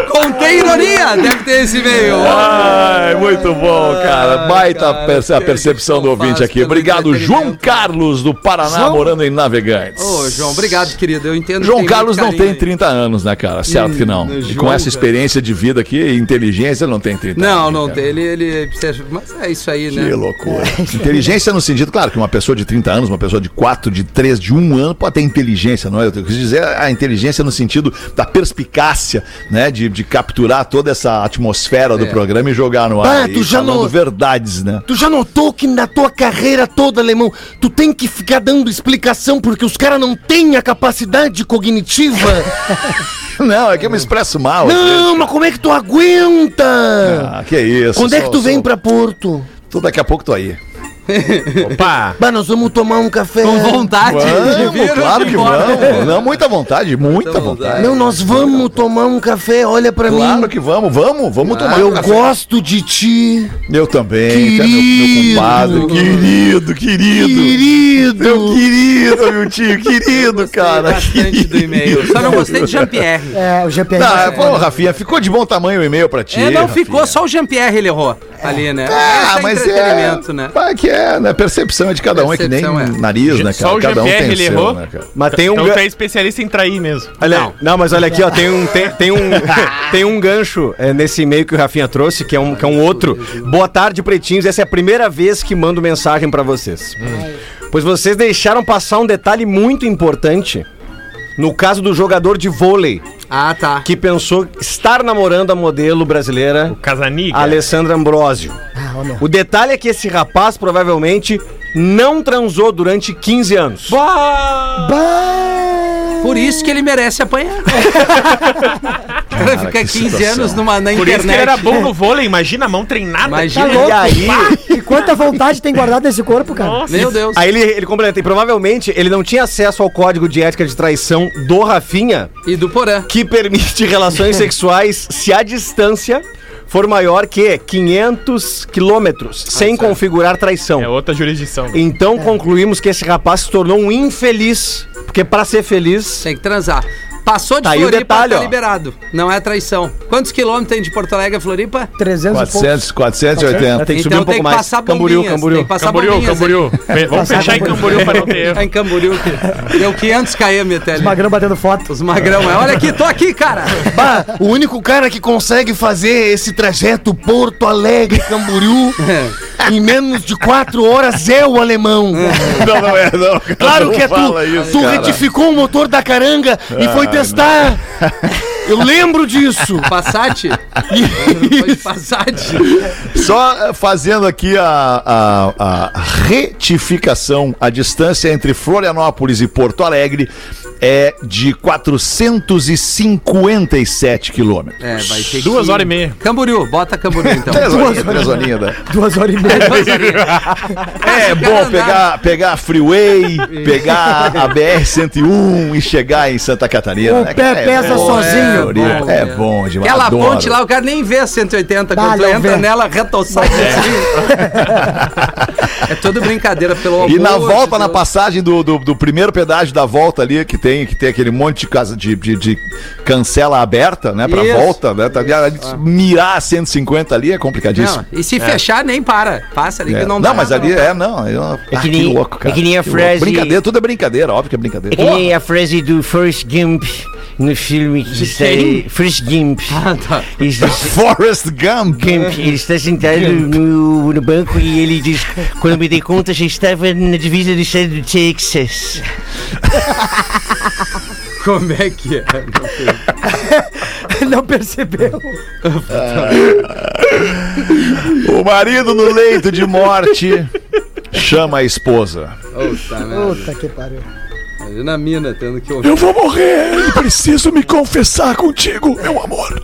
Speaker 2: Contei ironia, deve ter esse meio.
Speaker 1: Ai, muito bom, cara. Baita
Speaker 2: cara,
Speaker 1: perce- a
Speaker 2: que
Speaker 1: percepção
Speaker 2: que
Speaker 1: do
Speaker 2: eu
Speaker 1: ouvinte
Speaker 2: faço
Speaker 1: aqui.
Speaker 2: pelo
Speaker 1: Obrigado, João
Speaker 2: entretenimento.
Speaker 1: Carlos, do Paraná,
Speaker 3: João?
Speaker 1: morando em Navegantes.
Speaker 2: Ô, João, obrigado, querido. Eu entendo. que
Speaker 1: João
Speaker 2: tem
Speaker 1: Carlos
Speaker 2: muito
Speaker 1: não
Speaker 2: carinho
Speaker 1: tem
Speaker 2: aí.
Speaker 1: 30 anos, né, cara? Certo que não. E com
Speaker 2: João,
Speaker 1: essa experiência de vida aqui, e inteligência, ele não tem 30 anos.
Speaker 2: Não,
Speaker 1: né,
Speaker 2: não
Speaker 1: cara?
Speaker 2: tem. Ele, ele precisa- Mas é isso aí, né?
Speaker 1: Que loucura. [LAUGHS] inteligência no sentido, claro, que uma pessoa de 30 anos, uma pessoa de 4, de 3, de 1 ano pode ter inteligência, não é? Eu quis dizer a inteligência no sentido da perspicácia, né? De, de capturar toda essa atmosfera do
Speaker 2: É.
Speaker 1: programa e jogar no ar.
Speaker 6: Ah,
Speaker 1: e
Speaker 6: tu já
Speaker 1: falando
Speaker 6: não-
Speaker 1: verdades, né? [LAUGHS]
Speaker 6: Tu já notou que na tua carreira toda, alemão, tu tem que ficar dando explicação porque os caras não têm a
Speaker 1: [LAUGHS]
Speaker 6: capacidade cognitiva?
Speaker 1: Não, é que eu me expresso mal. às vezes.
Speaker 6: não, mas como é que tu aguenta?
Speaker 1: Ah, que isso.
Speaker 6: Quando é
Speaker 1: sou-
Speaker 6: que tu vem
Speaker 1: sou-
Speaker 6: pra Porto?
Speaker 1: Tô daqui a pouco tô aí.
Speaker 5: Opa.
Speaker 6: Bah, nós vamos tomar um café.
Speaker 2: Com vontade de
Speaker 1: Vamos,
Speaker 2: vir
Speaker 1: claro
Speaker 2: ou de
Speaker 1: que
Speaker 2: embora.
Speaker 1: vamos. Não, muita vontade, muita
Speaker 2: Muita
Speaker 1: vontade.
Speaker 2: vontade.
Speaker 6: Não, nós vamos tomar um café, olha pra
Speaker 1: Claro
Speaker 6: mim.
Speaker 1: que vamos, vamos, vamos tomar.
Speaker 6: Eu
Speaker 1: um café.
Speaker 6: gosto de ti,
Speaker 1: Eu também, cara, meu, meu compadre. Querido, querido.
Speaker 6: querido.
Speaker 1: Meu querido, meu tio, querido, cara.
Speaker 2: Bastante do e-mail. Só não gostei
Speaker 1: [LAUGHS]
Speaker 2: de Jean-Pierre.
Speaker 3: É, o GPS.
Speaker 1: Não, é,
Speaker 3: é,
Speaker 1: pô, Rafinha, ficou de bom tamanho o e-mail pra ti.
Speaker 2: É, não
Speaker 1: Rafinha.
Speaker 2: ficou, só o Jean-Pierre ele errou ali, né?
Speaker 1: Ah,
Speaker 2: Esse
Speaker 1: mas é.
Speaker 2: entretenimento, né?
Speaker 1: Ah, que é, né? Percepção é de cada um, é que nem
Speaker 2: Percepção, é.
Speaker 1: nariz, né, cara?
Speaker 5: Só o
Speaker 1: cada um
Speaker 5: GPR
Speaker 1: tem
Speaker 5: ele
Speaker 1: seu,
Speaker 5: errou?
Speaker 1: né, cara?
Speaker 4: Mas tem um.
Speaker 5: então
Speaker 4: ga-
Speaker 5: tu é especialista em trair mesmo.
Speaker 4: Olha, não. mas olha aqui, ó, tem um, tem, tem um, [LAUGHS] tem um gancho é, nesse e-mail que o Rafinha trouxe, que é um, que é um outro. Boa tarde, pretinhos. Essa é a primeira vez que mando mensagem pra vocês. Pois vocês deixaram passar um detalhe muito importante. No caso do jogador de vôlei,
Speaker 2: Ah, tá.
Speaker 4: que pensou estar namorando a modelo brasileira
Speaker 5: Casaniga.
Speaker 4: Alessandra Ambrosio. O detalhe é que esse rapaz provavelmente não transou durante 15 anos.
Speaker 2: Por isso que ele
Speaker 5: [LAUGHS]
Speaker 2: merece apanhar. O cara
Speaker 1: Cara,
Speaker 2: fica
Speaker 1: que
Speaker 2: 15
Speaker 1: situação.
Speaker 2: anos numa, na
Speaker 5: Por
Speaker 2: internet.
Speaker 5: isso que ele era bom no vôlei, imagina a mão treinada.
Speaker 2: Imagina.
Speaker 5: aqui, né?
Speaker 4: E aí,
Speaker 3: E quanta vontade tem guardado nesse corpo, cara?
Speaker 5: Nossa,
Speaker 2: Meu Deus.
Speaker 4: Aí ele, ele complementa, e provavelmente ele não tinha acesso ao código de ética de traição do Rafinha,
Speaker 2: E do Porã.
Speaker 4: que permite [LAUGHS] relações sexuais se a distância for maior que 500 quilômetros, sem configurar traição.
Speaker 5: É outra jurisdição.
Speaker 4: Então concluímos que esse rapaz se tornou um infeliz, porque pra ser feliz...
Speaker 2: Tem que transar. Passou de
Speaker 4: Tá aí o detalhe,
Speaker 2: tá
Speaker 4: ó.
Speaker 2: liberado. Não é traição. Quantos quilômetros tem de Porto Alegre a Floripa? Então
Speaker 3: 300 e poucos.
Speaker 1: 400, 480.
Speaker 2: Tá
Speaker 4: Tem que subir um pouco
Speaker 2: tem
Speaker 4: mais.
Speaker 2: que passar
Speaker 4: Camboriú,
Speaker 2: bombinhas.
Speaker 4: Camboriú.
Speaker 2: Tem que passar
Speaker 5: Camboriú,
Speaker 2: bombinhas
Speaker 5: Camboriu. Camboriú. Fe- Vamos
Speaker 3: Passar
Speaker 5: fechar em
Speaker 3: Camboriú.
Speaker 5: Camboriú pra não ter
Speaker 2: aí. [LAUGHS] Tá
Speaker 5: erro.
Speaker 2: em Camboriú. que Deu 500 km até ali.
Speaker 3: Magrão batendo foto.
Speaker 2: Os magrão. é, Olha aqui, tô aqui, cara.
Speaker 6: Bah, o único cara que consegue fazer esse trajeto Porto Alegre
Speaker 2: [LAUGHS]
Speaker 6: Camboriú em menos de quatro horas é o alemão.
Speaker 1: Não, não é, não. cara,
Speaker 6: Claro
Speaker 1: não
Speaker 6: que é tu.
Speaker 1: fala isso,
Speaker 6: tu
Speaker 1: cara.
Speaker 6: retificou o motor da caranga e foi testar. Eu lembro
Speaker 1: [LAUGHS]
Speaker 6: disso.
Speaker 2: Passat. Foi de Passat.
Speaker 1: Só eh, fazendo aqui a, a- a retificação, a distância entre Florianópolis e Porto Alegre é de 457 quilômetros quilômetros.
Speaker 2: É, vai ter que-
Speaker 5: Duas horas e meia.
Speaker 2: Camboriú, bota Camboriú então.
Speaker 1: Três horinhas, três horinhas, né?
Speaker 3: Duas horas e meia.
Speaker 2: Duas horinhas.
Speaker 1: [LAUGHS] É bom pegar, pegar a Freeway, pegar [LAUGHS] a BR-101 e chegar em Santa Catarina.
Speaker 3: O
Speaker 1: né?
Speaker 3: pé
Speaker 1: É
Speaker 3: pesa
Speaker 1: bom,
Speaker 3: sozinho.
Speaker 1: É bom, é
Speaker 2: né?
Speaker 1: bom demais.
Speaker 2: Aquela
Speaker 1: adoro.
Speaker 2: ponte lá, o cara nem vê a 180.
Speaker 3: Ah,
Speaker 2: Quando tu
Speaker 3: não
Speaker 2: entra
Speaker 3: vê.
Speaker 2: nela, retossar.
Speaker 1: [LAUGHS]
Speaker 2: É tudo brincadeira pelo amor
Speaker 1: E na
Speaker 2: de
Speaker 1: volta, na
Speaker 7: né?
Speaker 2: Deus.
Speaker 1: passagem do, do, do primeiro pedágio da volta ali, que tem, que tem aquele monte de, casa, de, de, de cancela aberta, né? Pra
Speaker 2: Isso.
Speaker 1: volta, né? Tá, a- mirar a 150 ali é complicadíssimo.
Speaker 2: Não, e se fechar, nem para. Passa ali
Speaker 1: É.
Speaker 2: que
Speaker 1: Não,
Speaker 2: não dá.
Speaker 1: mas ali é, não. É, uma-
Speaker 7: É
Speaker 1: ah,
Speaker 7: que nem- é que nem a
Speaker 1: louco.
Speaker 7: frase-
Speaker 1: Brincadeira, tudo é brincadeira, óbvio que é
Speaker 7: É
Speaker 1: brincadeira.
Speaker 7: que nem a frase do Forrest Gump no filme que
Speaker 4: é
Speaker 7: está
Speaker 2: quem?
Speaker 7: Forrest Gump.
Speaker 2: [LAUGHS] Ah, tá.
Speaker 7: Ele está,
Speaker 1: Forrest Gump.
Speaker 4: [LAUGHS]
Speaker 7: Gump, ele está sentado no, no banco e ele diz: Quando me dei conta, já estava na divisa do estado do Texas.
Speaker 2: Como é que é?
Speaker 3: Não percebeu.
Speaker 1: O marido no leito de morte chama a esposa.
Speaker 2: Puta, merda.
Speaker 3: Puta que pariu.
Speaker 2: Imagina a mina tendo que ouvir.
Speaker 1: vou morrer e preciso me confessar contigo, meu amor.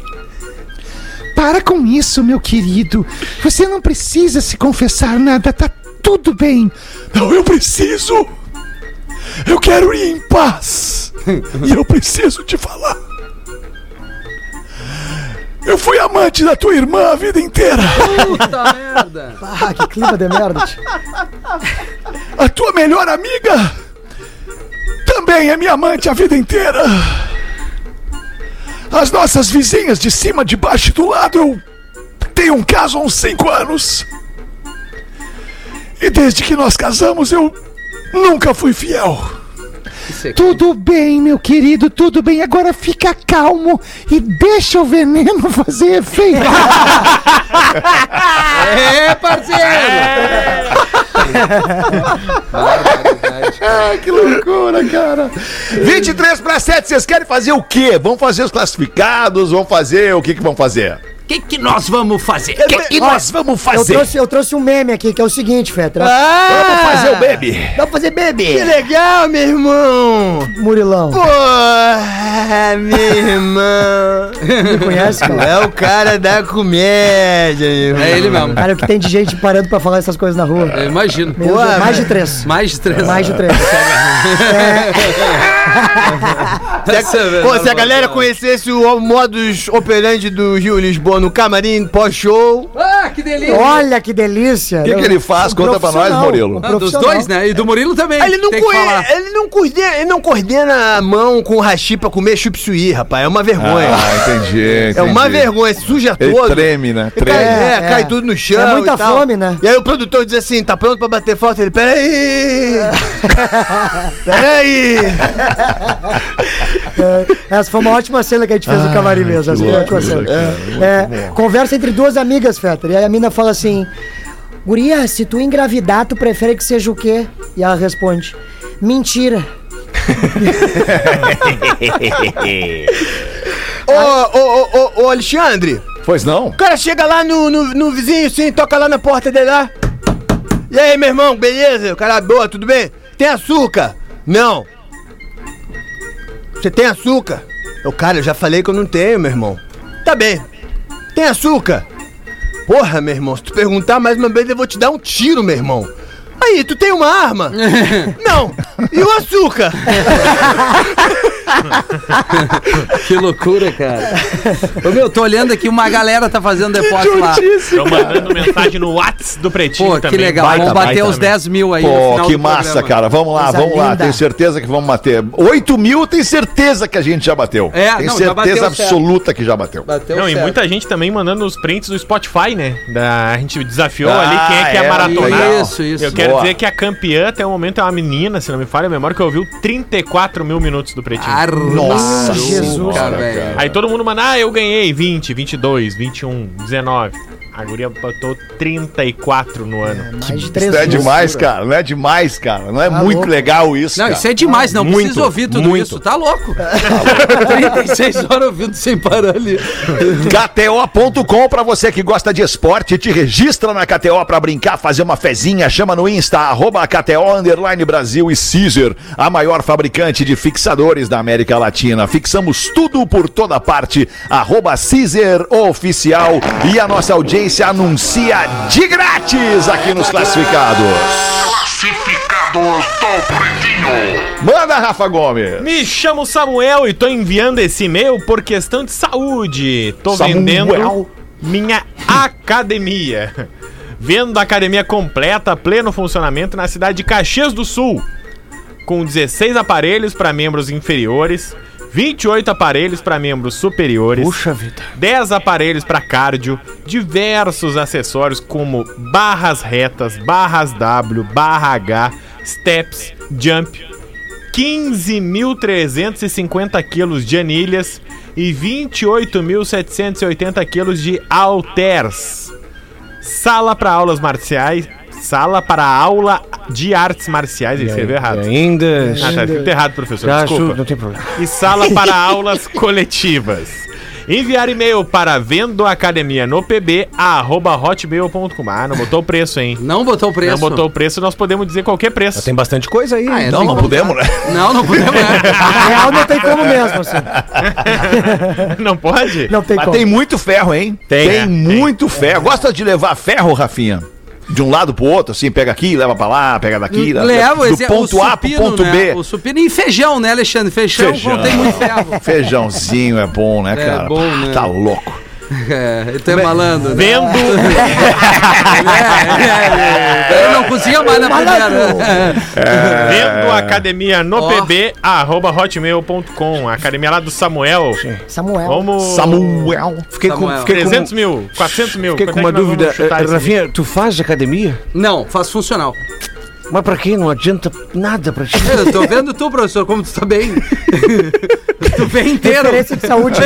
Speaker 8: Para com isso, meu querido. Você não precisa se confessar nada, tá tudo bem.
Speaker 1: Não, eu preciso. Eu quero ir em paz. e eu preciso te falar. Eu fui amante da tua irmã a vida inteira.
Speaker 2: Puta merda.
Speaker 3: Ah, que clima de merda, tio.
Speaker 1: A tua melhor amiga também é minha amante a vida inteira. As nossas vizinhas de cima, de baixo e do lado, eu tenho um caso há uns cinco anos. E desde que nós casamos, eu nunca fui fiel.
Speaker 2: Isso aqui.
Speaker 9: Tudo bem, meu querido, tudo bem. Agora fica calmo e deixa o veneno [LAUGHS] fazer efeito.
Speaker 2: É, parceiro!
Speaker 1: É.
Speaker 2: Barbaridade.
Speaker 1: que loucura, cara. 23 para 7, vocês querem fazer o quê? Vão fazer os classificados? Vão fazer o que que vão fazer?
Speaker 2: O que, que nós vamos fazer?
Speaker 1: O que, que nós vamos
Speaker 3: Eu
Speaker 1: fazer?
Speaker 3: trouxe, eu trouxe um meme aqui, que é o seguinte, Fetra.
Speaker 2: Ah.
Speaker 4: Ah!
Speaker 7: É
Speaker 1: Vamos fazer o bebê.
Speaker 3: Dá pra fazer
Speaker 4: Que
Speaker 3: bebê,
Speaker 4: legal, meu irmão!
Speaker 3: Murilão.
Speaker 4: Porra, meu irmão!
Speaker 3: Me conhece, cara?
Speaker 4: É o cara da comédia, meu irmão.
Speaker 2: É ele mesmo.
Speaker 3: Cara, o que tem de gente parando pra falar essas coisas na rua?
Speaker 2: Eu imagino.
Speaker 3: Meu Deus,
Speaker 1: é.
Speaker 3: mais de três.
Speaker 2: Mais de três.
Speaker 3: Mais de três.
Speaker 2: é
Speaker 4: Pô, se a
Speaker 2: Ah,
Speaker 4: galera conhecesse o modus operandi do Rio Lisboa no camarim pós-show,
Speaker 2: Ah, que delícia!
Speaker 3: Olha que delícia. um O
Speaker 1: que ele faz? Conta pra nós, Murilo.
Speaker 2: Ah, dos dois, né? E do Murilo também.
Speaker 4: ele não,
Speaker 2: Tem que
Speaker 4: conhe-
Speaker 2: falar.
Speaker 4: ele, não coordena, ele não coordena a mão com o hashi pra comer chup-suí, rapaz. É uma vergonha.
Speaker 1: Ah, entendi,
Speaker 4: é uma
Speaker 1: entendi.
Speaker 4: vergonha, suja
Speaker 1: Ele
Speaker 4: todo.
Speaker 1: treme, né?
Speaker 4: Cai,
Speaker 1: Treme.
Speaker 4: é,
Speaker 3: É,
Speaker 4: cai
Speaker 3: é.
Speaker 4: tudo no chão.
Speaker 3: É muita
Speaker 4: e tal.
Speaker 3: fome, né?
Speaker 4: E aí o produtor diz assim: tá pronto pra bater foto? Ele,
Speaker 3: [LAUGHS]
Speaker 4: peraí! peraí!
Speaker 3: É, Essa foi uma ótima cena que a gente
Speaker 1: Ah,
Speaker 3: fez no camarim mesmo. Essa foi uma ótima cena. É, conversa entre duas amigas, Fetter. E aí a mina fala assim: Guria, se tu engravidar, tu prefere que seja o quê? E ela responde: Mentira.
Speaker 4: Ô, ô, ô, ô, ô, Alexandre!
Speaker 1: Pois não?
Speaker 4: O cara chega lá no, no, no vizinho, sim, toca lá na porta dele lá. E aí, meu irmão, beleza? O cara, boa, tudo bem? Tem açúcar? Não. Você tem açúcar? Eu, cara, eu já falei que eu não tenho, meu irmão. Tá bem. Tem açúcar? Porra, meu irmão, se tu perguntar mais uma vez, eu vou te dar um tiro, meu irmão. Aí, tu tem uma [LAUGHS] arma? não. E o açúcar?
Speaker 2: Que loucura, cara. Ô, meu, tô olhando aqui, uma galera tá fazendo depósito lá.
Speaker 5: Estão mandando mensagem no Whats do Pretinho
Speaker 2: Pô, que
Speaker 5: também.
Speaker 2: legal.
Speaker 1: baita,
Speaker 2: vamos bater
Speaker 1: baita
Speaker 2: os 10 mil aí. no
Speaker 1: Pô,
Speaker 2: final
Speaker 1: que
Speaker 2: do
Speaker 1: massa,
Speaker 2: programa.
Speaker 1: cara. Vamos lá,
Speaker 3: Coisa
Speaker 1: vamos lá.
Speaker 3: linda.
Speaker 1: Tenho certeza que vamos bater. 8 mil, tem certeza que a gente já bateu.
Speaker 2: É,
Speaker 1: tem
Speaker 2: não, já bateu
Speaker 1: certeza
Speaker 2: certo.
Speaker 1: absoluta que já bateu.
Speaker 2: Bateu
Speaker 5: Não, e
Speaker 2: certo.
Speaker 5: muita gente também mandando os prints do Spotify, né? Da, a gente desafiou
Speaker 1: Ah,
Speaker 5: ali quem é que é,
Speaker 1: é,
Speaker 5: maratonar.
Speaker 1: legal.
Speaker 2: Isso, isso.
Speaker 5: Eu quero
Speaker 1: Boa.
Speaker 5: dizer que a campeã até o momento é uma menina, se não me falha a memória, que ouviu 34 mil minutos do Pretinho.
Speaker 2: Nossa,
Speaker 1: Jesus, cara.
Speaker 5: Aí todo mundo manda, ah, eu ganhei 20, 22, 21, 19. A guria botou 34 no ano.
Speaker 3: Mais de três
Speaker 1: Isso não é
Speaker 3: vezes.
Speaker 1: demais, cara. Não é demais, cara. Não é muito
Speaker 3: louco.
Speaker 1: legal isso,
Speaker 2: Não,
Speaker 1: cara.
Speaker 2: isso é demais, não
Speaker 5: Muito,
Speaker 2: precisa ouvir tudo
Speaker 5: muito.
Speaker 2: isso, tá louco? [LAUGHS] 36 horas ouvindo sem parar ali.
Speaker 1: KTO.com pra você que gosta de esporte, te registra na KTO pra brincar, fazer uma fezinha, chama no Insta, arroba KTO Underline Brasil e Caesar, a maior fabricante de fixadores da América Latina. Fixamos tudo por toda parte, arroba Caesar Oficial e a nossa audiência anuncia de grátis aqui nos classificados. Manda, Rafa Gomes!
Speaker 5: Me chamo Samuel e tô enviando esse e-mail por questão de saúde. Tô
Speaker 1: Samuel.
Speaker 5: vendendo minha academia. Vendo a academia completa, pleno funcionamento na cidade de Caxias do Sul. Com 16 aparelhos para membros inferiores, 28 aparelhos para membros superiores.
Speaker 4: vida.
Speaker 5: 10 aparelhos para cardio, diversos acessórios como barras retas, barras W, barra H, steps, jump, 15.350 quilos de anilhas e 28.780 quilos de halteres. Sala para aulas marciais, sala para aula de artes marciais, ele escreveu errado.
Speaker 10: Ainda.
Speaker 5: Ah, tá escrito errado, professor,
Speaker 10: Já
Speaker 5: desculpa
Speaker 10: acho- não tem problema.
Speaker 5: e sala para aulas coletivas. Enviar e-mail para vendoacademia no pb arroba hotmail.com. Ah, não botou o preço, hein?
Speaker 2: Não botou o preço.
Speaker 5: Não botou o preço, nós podemos dizer qualquer preço.
Speaker 10: Tem bastante coisa aí.
Speaker 2: Ah, é,
Speaker 1: Não,
Speaker 2: tem
Speaker 1: não
Speaker 2: que-
Speaker 1: podemos, né?
Speaker 2: Não, não podemos. né?
Speaker 3: Na real, não tem como mesmo, assim.
Speaker 5: [LAUGHS] Não pode?
Speaker 3: Não tem
Speaker 1: Mas
Speaker 3: como.
Speaker 1: tem muito ferro, hein?
Speaker 5: Tem, é,
Speaker 1: muito ferro. Gosta de levar ferro, Rafinha? De um lado pro outro, assim, pega aqui, leva pra lá, pega daqui.
Speaker 2: Leva
Speaker 1: do
Speaker 2: esse- o
Speaker 1: ponto A pro
Speaker 2: supino,
Speaker 1: ponto
Speaker 2: né?
Speaker 1: B.
Speaker 2: O supino e feijão, né, Alexandre? Feijão,
Speaker 1: Feijão. [LAUGHS]
Speaker 2: não tem muito ferro.
Speaker 1: Feijãozinho é bom, né,
Speaker 2: É
Speaker 1: cara?
Speaker 2: bom,
Speaker 1: Pá,
Speaker 2: né?
Speaker 1: Tá louco.
Speaker 2: É, tu é malandro. né? [LAUGHS]
Speaker 5: Vendo.
Speaker 2: É, é, é. Eu não conseguia mais na primeira. É.
Speaker 5: Vendo academia no pb, arroba hotmail.com. Academia lá do Samuel.
Speaker 3: Samuel.
Speaker 5: Vamos.
Speaker 1: Samuel.
Speaker 4: Fiquei
Speaker 2: Samuel.
Speaker 4: com, fiquei com,
Speaker 5: 300 mil, 400 mil.
Speaker 4: fiquei com
Speaker 5: Quanto é
Speaker 4: uma
Speaker 5: que nós vamos
Speaker 4: dúvida.
Speaker 5: chutar
Speaker 4: Eh,
Speaker 5: isso aqui?
Speaker 4: Rafinha, tu faz academia?
Speaker 2: Não, faço funcional.
Speaker 4: Mas pra quê? Não adianta nada pra ti.
Speaker 2: Eu tô vendo tu, professor, como tu tá bem. [LAUGHS] tu bem inteiro.
Speaker 3: Interesse de saúde.